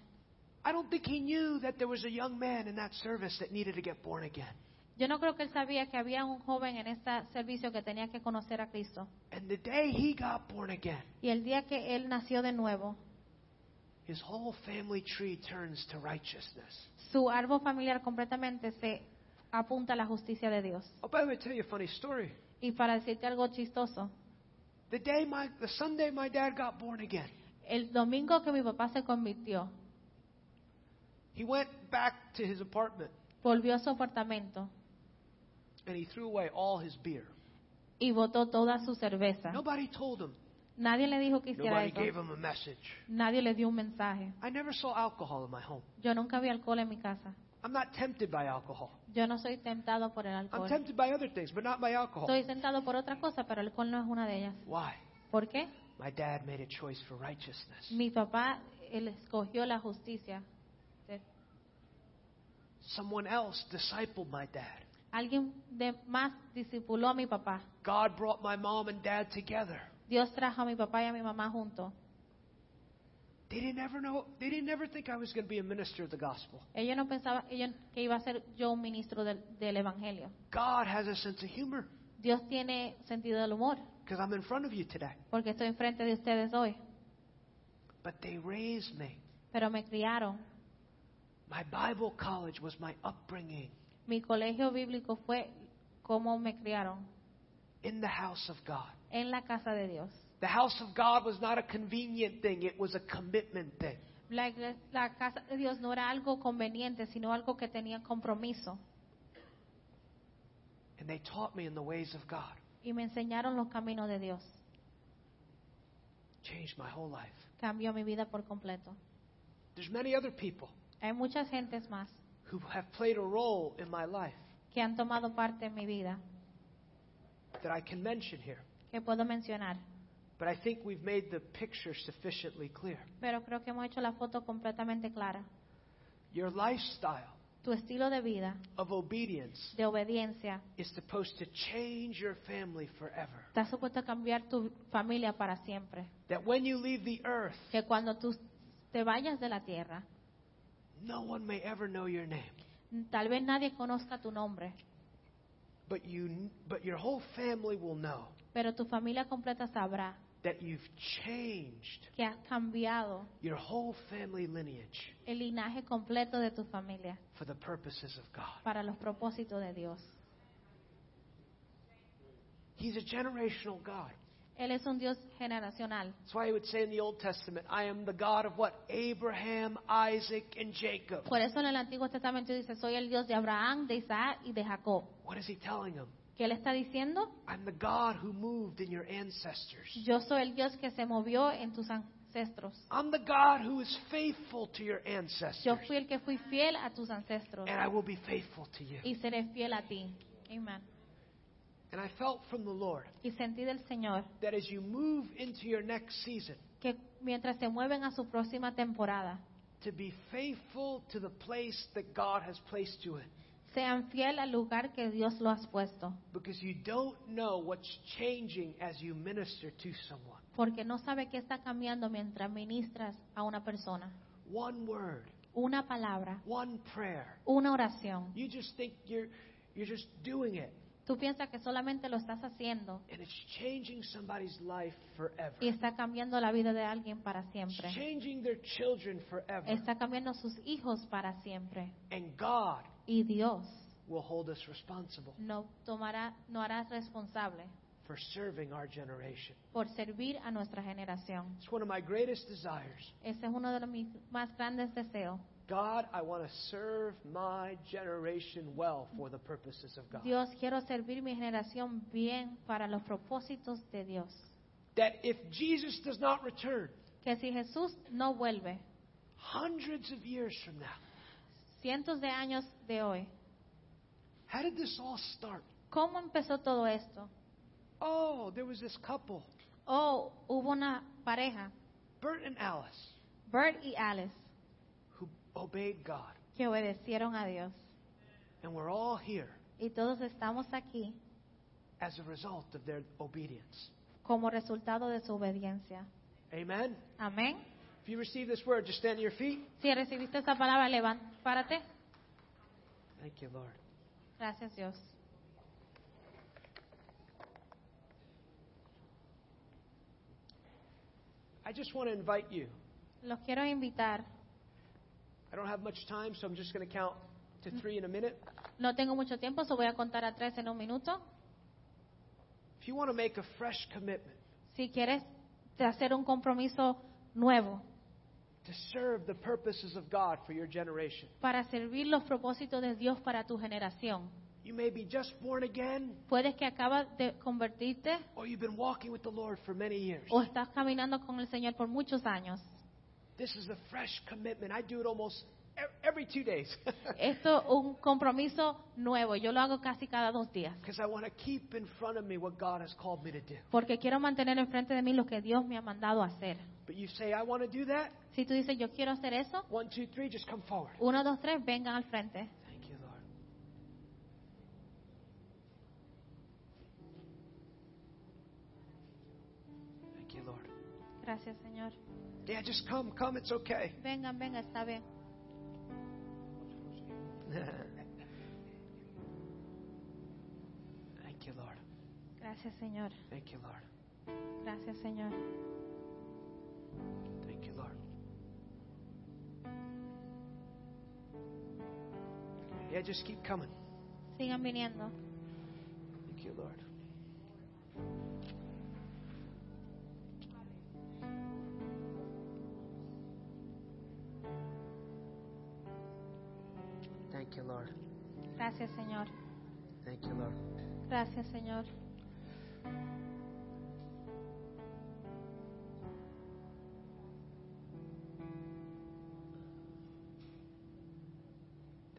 B: I don't think he knew that there was a young man in that service that needed to get born again.
C: Yo no creo que él sabía que había un joven en este servicio que tenía que conocer a Cristo.
B: And the day he got born again,
C: Y el día que él nació de nuevo,
B: his whole family tree turns to righteousness.
C: su árbol familiar completamente se apunta a la justicia de Dios.
B: Oh, by the way, I'll tell you a funny story.
C: Y para decirte algo chistoso,
B: The day my, the Sunday my dad got born again,
C: el domingo que mi papá se convirtió,
B: he went back to his apartment
C: volvió a su apartamento
B: and he threw away all his beer.
C: y botó toda su cerveza.
B: Nobody told him
C: Nadie le dijo que hiciera
B: Nobody gave
C: eso.
B: him a message.
C: Nadie le dio un mensaje.
B: I never saw alcohol in my home.
C: Yo nunca vi alcohol en mi casa.
B: I'm not tempted by alcohol.
C: Yo no soy tentado por el
B: I'm
C: alcohol.
B: tempted by other things, but not by alcohol.
C: Soy tentado por otra cosa, pero el alcohol no es una de ellas.
B: Why?
C: ¿Por qué?
B: My dad made a choice for righteousness.
C: Mi papá, él escogió la justicia.
B: Someone else discipled my dad.
C: Alguien de más discipuló a mi papá.
B: God brought my mom and dad together.
C: Dios trajo a mi papá y a mi mamá juntos.
B: They didn't ever know. They didn't ever think I was going to be a minister of the gospel.
C: Ellos no pensaban ellos, que iba a ser yo un ministro del, del Evangelio.
B: God has a sense of humor
C: Dios tiene sentido del humor,
B: because I'm in front of you today.
C: porque estoy enfrente de ustedes hoy.
B: But they raised me.
C: Pero me criaron.
B: My Bible college was my upbringing
C: Mi colegio bíblico fue como me criaron,
B: in the house of God.
C: en la casa de Dios.
B: The house of God was not a convenient thing, it was a commitment thing.
C: La, iglesia- la casa de Dios no era algo conveniente, sino algo que tenía compromiso.
B: And they taught me in the ways of God.
C: Y me enseñaron los caminos de Dios.
B: Changed my whole life.
C: Cambió mi vida por completo.
B: There's many other people
C: Hay muchas gentes más
B: who have played a role in my life
C: que han tomado parte en mi vida,
B: that I can mention here.
C: que puedo mencionar.
B: But I think we've made the picture sufficiently clear.
C: Pero creo que hemos hecho la foto completamente clara.
B: Your lifestyle
C: Tu estilo de vida,
B: of obedience
C: de obediencia,
B: is supposed to change your family forever.
C: está supuesto a cambiar tu familia para siempre.
B: That when you leave the earth,
C: Que cuando tú te vayas de la tierra,
B: no one may ever know your name.
C: tal vez nadie conozca tu nombre,
B: But you but your whole family will know
C: pero tu familia completa sabrá
B: that you've changed
C: que has cambiado
B: your whole family lineage
C: el linaje completo de tu familia
B: for the purposes of God.
C: para los propósitos de Dios.
B: He's a generational God.
C: Él es un Dios generacional.
B: That's why he would say in the Old Testament, I am the God of what? Abraham, Isaac, and Jacob.
C: Por eso en el Antiguo Testamento dice, soy el Dios de Abraham, de Isaac y de Jacob.
B: What is he telling them?
C: ¿Qué él está diciendo?
B: I'm the God who moved in your ancestors.
C: Yo soy el Dios que se movió en tus ancestros.
B: I'm the God who is faithful to your ancestors.
C: Yo fui el que fui fiel a tus ancestros
B: and I will be faithful to you.
C: y seré fiel a ti. Amén.
B: And I felt from the Lord
C: Y sentí del Señor
B: that as you move into your next season,
C: que mientras se mueven a su próxima temporada,
B: to be faithful to the place that God has placed you in.
C: sean fiel al lugar que Dios lo has puesto,
B: Because you don't know what's changing as you minister to someone.
C: porque no sabe qué está cambiando mientras ministras a una persona.
B: One word,
C: Una palabra,
B: one prayer.
C: una oración.
B: You just think you're, you're just doing it,
C: Tú piensas que solamente lo estás haciendo
B: and it's changing somebody's life forever.
C: y está cambiando la vida de alguien para
B: It's
C: siempre.
B: changing their children forever.
C: Está cambiando sus hijos para siempre.
B: And God
C: Y Dios
B: will hold us responsible
C: no tomará, no hará responsable
B: for serving our generation.
C: por servir a nuestra generación.
B: It's one of my greatest desires.
C: Ese es uno de los mis más grandes deseos.
B: God, I want to serve my generation well for the purposes of God.
C: Dios, quiero servir mi generación bien para los propósitos de Dios.
B: That if Jesus does not return
C: Que si Jesús no vuelve,
B: hundreds of years from now,
C: cientos de años de hoy,
B: how did this all start?
C: ¿cómo empezó todo esto?
B: Oh, there was this couple,
C: Oh, hubo una pareja,
B: Bert and Alice,
C: Bert y Alice,
B: who obeyed God.
C: que obedecieron a Dios.
B: And we're all here
C: Y todos estamos aquí
B: as a result of their obedience.
C: como resultado de su obediencia.
B: Amen?
C: Amén.
B: If you receive this word, just stand to your feet.
C: Si recibiste esa palabra, levántate.
B: Thank you, Lord.
C: Gracias, Dios.
B: I just want to invite you.
C: Los quiero invitar.
B: I don't have much time, so I'm just going to count to three in a minute.
C: No tengo mucho tiempo, so voy a contar a tres en un minuto.
B: If you want to make a fresh commitment
C: Si quieres hacer un compromiso nuevo
B: to serve the purposes of God for your generation,
C: para servir los propósitos de Dios para tu generación,
B: You may be just born again,
C: Puedes que acabas de convertirte
B: or you've been walking with the Lord for many years.
C: o estás caminando con el Señor por muchos años.
B: This is a fresh commitment. I do it almost e- every two days
C: Esto es un compromiso nuevo. Yo lo hago casi cada dos días.
B: because I want to keep in front of me what God has called me to do.
C: Porque quiero mantener enfrente de mí lo que Dios me ha mandado a hacer.
B: But you say, I want to do that?
C: Si tú dices, yo quiero hacer eso,
B: One, two, three, just come forward.
C: uno, dos, tres, vengan al frente.
B: Thank you, Lord. Thank you, Lord.
C: Gracias, Señor.
B: Yeah, just come, come, it's okay.
C: Vengan, vengan, está bien.
B: Thank you, Lord.
C: Gracias, Señor.
B: Thank you, Lord.
C: Gracias, Señor.
B: Thank you, Lord. Yeah, just keep coming.
C: Sigan viniendo.
B: Thank you, Lord. Thank you, Lord.
C: Gracias, Señor.
B: Thank you, Lord.
C: Gracias, Señor.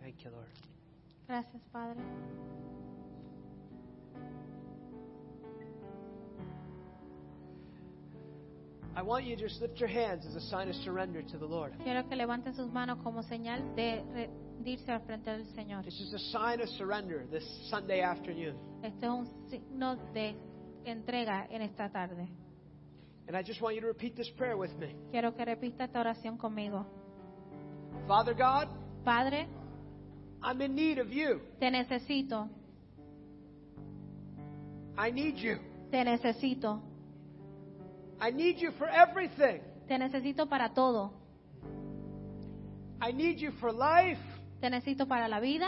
B: Thank you, Lord.
C: Gracias, Padre.
B: I want you to just lift your hands as a sign of surrender to the Lord.
C: Quiero que levanten sus manos como señal de rendirse al frente del Señor.
B: This is a sign of surrender this Sunday afternoon.
C: Este es un signo de entrega en esta tarde.
B: And I just want you to repeat this prayer with me.
C: Quiero que repita esta oración conmigo.
B: Father God,
C: Padre,
B: I'm in need of you.
C: te necesito,
B: I need you.
C: te necesito,
B: I need you for everything.
C: te necesito para todo.
B: I need you for life
C: Te necesito para la vida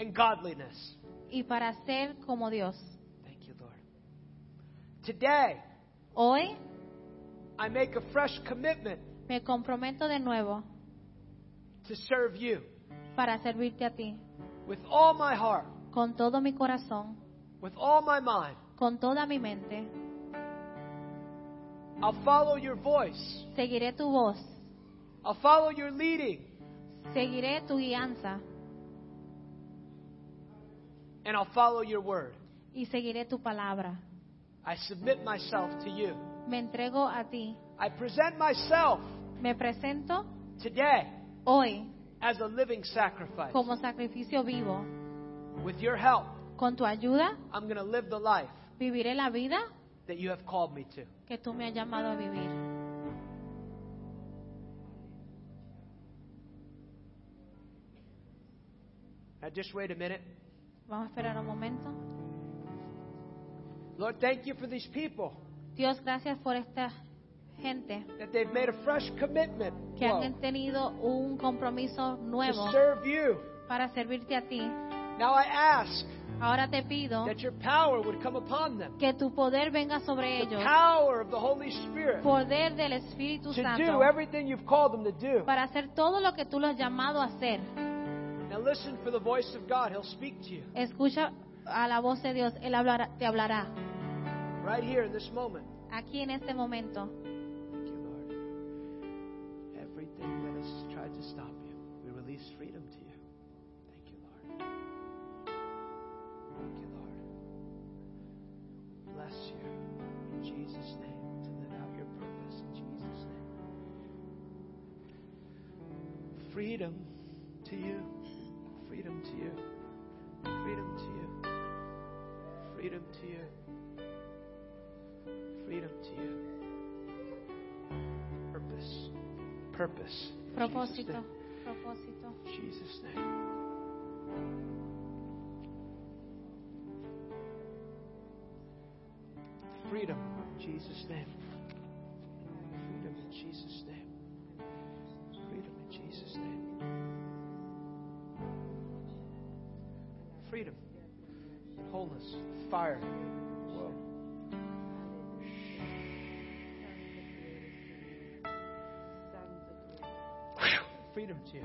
B: and godliness.
C: y para ser como Dios.
B: Thank you, Lord. Today,
C: Hoy
B: I make a fresh commitment
C: me comprometo de nuevo
B: to serve you
C: para servirte a ti,
B: with all my heart,
C: con todo mi corazón,
B: with all my mind.
C: con toda mi mente.
B: I'll follow your voice.
C: Seguiré tu voz,
B: I'll follow your leading,
C: seguiré tu guianza
B: and I'll follow your word.
C: y seguiré tu palabra.
B: I submit myself to you.
C: Me entrego a ti.
B: I present myself
C: Me presento
B: today
C: hoy
B: as a living sacrifice.
C: como sacrificio vivo.
B: With your help,
C: Con tu ayuda
B: I'm going to live the life
C: viviré la vida
B: that you have called me to.
C: que tú me has llamado a vivir.
B: Now, just wait a minute.
C: Vamos a esperar un momento.
B: Lord, thank you for these people
C: Dios, gracias por esta gente
B: that they've made a fresh commitment
C: que han
B: Lord,
C: tenido un compromiso nuevo
B: to serve you.
C: para servirte a ti.
B: Now I ask
C: Ahora te pido
B: that your power would come upon them.
C: que tu poder venga
B: The
C: sobre ellos,
B: power of the Holy Spirit
C: poder del Espíritu
B: to
C: Santo,
B: do everything you've called them to do.
C: para hacer todo lo que tú los has llamado a hacer.
B: Now listen for the voice of God. He'll speak to you
C: Escucha a la voz de Dios, Él hablará- te hablará
B: right here in this moment.
C: aquí en este momento.
B: Thank you, Lord. Everything that has tried to stop you, we release freedom to you. Thank you, Lord. Thank you, Lord. Bless you in Jesus' name to live out your purpose in Jesus' name. Freedom to you. Freedom to you. Freedom to you. Freedom to you. Freedom to you. Purpose. Purpose. Jesus'
C: Propósito,
B: name.
C: propósito.
B: Jesus' name. Freedom in Jesus' name. Freedom in Jesus' name. Freedom in Jesus' name. Freedom. Wholeness. Fire. Whoa. Freedom to you.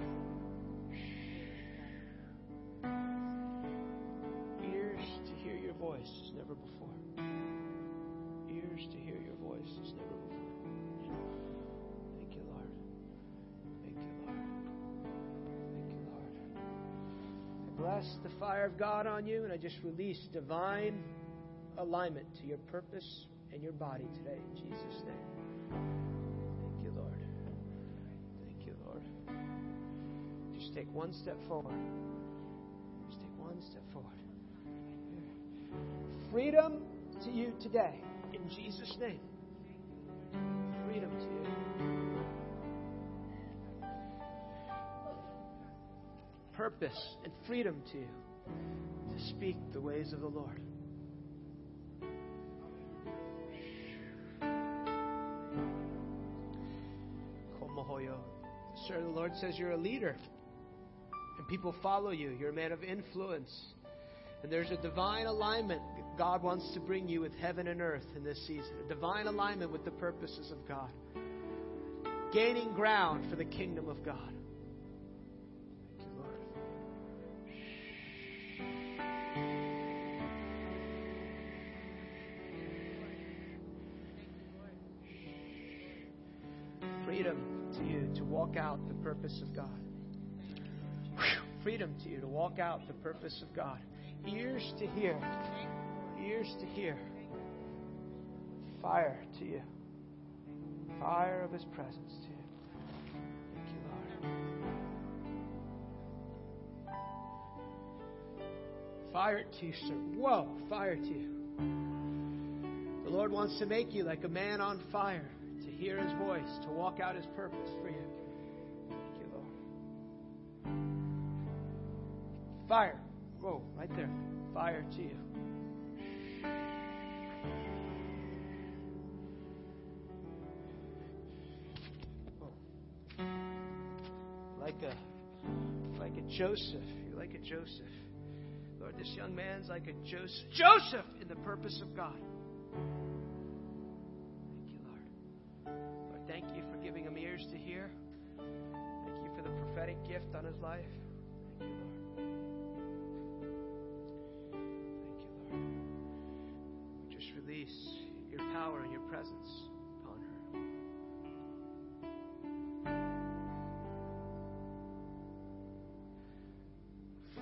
B: blessed the fire of God on you, and I just release divine alignment to your purpose and your body today in Jesus' name. Thank you, Lord. Thank you, Lord. Just take one step forward. Just take one step forward. Freedom to you today in Jesus' name. Freedom to you. purpose and freedom to you to speak the ways of the Lord. Komohoyo. Sir, the Lord says you're a leader, and people follow you. You're a man of influence. And there's a divine alignment God wants to bring you with heaven and earth in this season, a divine alignment with the purposes of God, gaining ground for the kingdom of God. Thank you, Lord. freedom to you to walk out the purpose of God. Whew. Freedom to you to walk out the purpose of God. Ears to hear. Ears to hear. Fire to you. Fire of His presence to you. Thank you, Lord. Fire to you, sir. Whoa, fire to you. The Lord wants to make you like a man on fire, to hear his voice, to walk out his purpose for you. Thank you, Lord. Fire. Whoa, right there. Fire to you. Whoa. Like a like a Joseph. You're like a Joseph. Lord, this young man's like a Joseph. Joseph in the purpose of God. Thank you, Lord. Lord, thank you for giving him ears to hear. Thank you for the prophetic gift on his life. Thank you, Lord. Thank you, Lord. We just release your power and your presence upon her.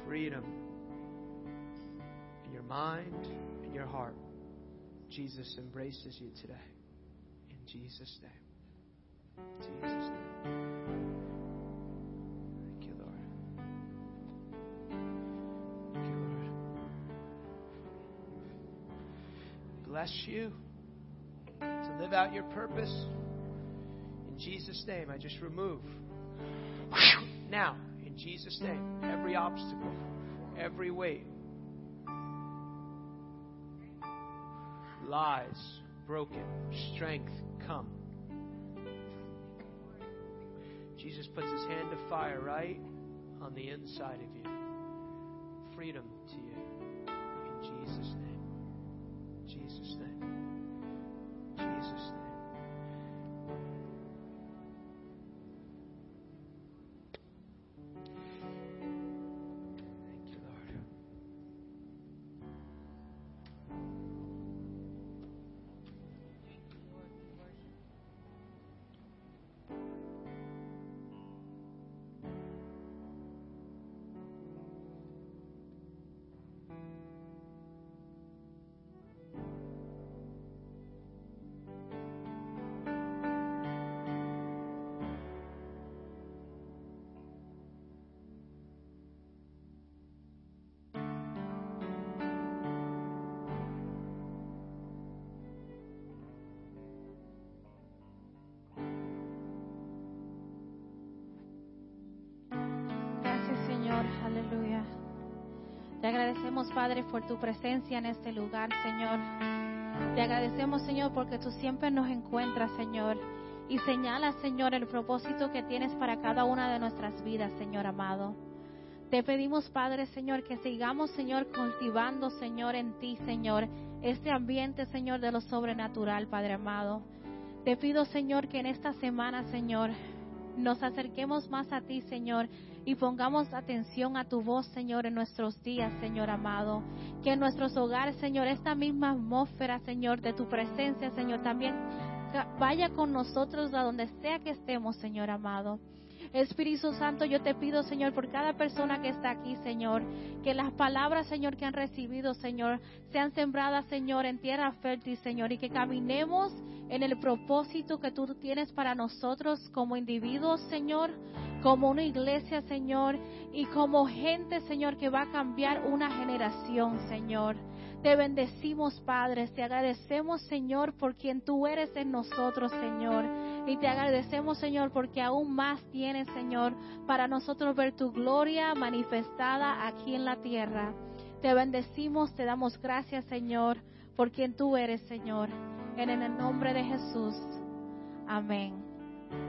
B: Freedom in your mind and your heart. Jesus embraces you today. In Jesus' name. Jesus' name. Thank you, Lord. Thank you, Lord. Bless you to live out your purpose. In Jesus' name, I just remove. Now, in Jesus' name, every obstacle, every weight, lies broken, strength come. Jesus puts his hand of fire right on the inside of you. Freedom to you. In Jesus' name. Jesus' name. Jesus' name. Thank you, Lord.
C: Gracias Señor, aleluya. Te agradecemos Padre por tu presencia en este lugar, Señor. Te agradecemos Señor porque tú siempre nos encuentras, Señor. Y señala, Señor, el propósito que tienes para cada una de nuestras vidas, Señor amado. Te pedimos, Padre, Señor, que sigamos, Señor, cultivando, Señor, en ti, Señor, este ambiente, Señor, de lo sobrenatural, Padre amado. Te pido, Señor, que en esta semana, Señor, nos acerquemos más a ti, Señor, y pongamos atención a tu voz, Señor, en nuestros días, Señor amado. Que en nuestros hogares, Señor, esta misma atmósfera, Señor, de tu presencia, Señor, también ca- vaya con nosotros a donde sea que estemos, Señor amado. Espíritu Santo, yo te pido, Señor, por cada persona que está aquí, Señor, que las palabras, Señor, que han recibido, Señor, sean sembradas, Señor, en tierra fértil, Señor, y que caminemos en el propósito que tú tienes para nosotros como individuos, Señor, como una iglesia, Señor, y como gente, Señor, que va a cambiar una generación, Señor. Te bendecimos, Padre. Te agradecemos, Señor, por quien tú eres en nosotros, Señor. Y te agradecemos, Señor, porque aún más tienes, Señor, para nosotros ver tu gloria manifestada aquí en la tierra. Te bendecimos, te damos gracias, Señor, por quien tú eres, Señor. En el nombre de Jesús. Amén.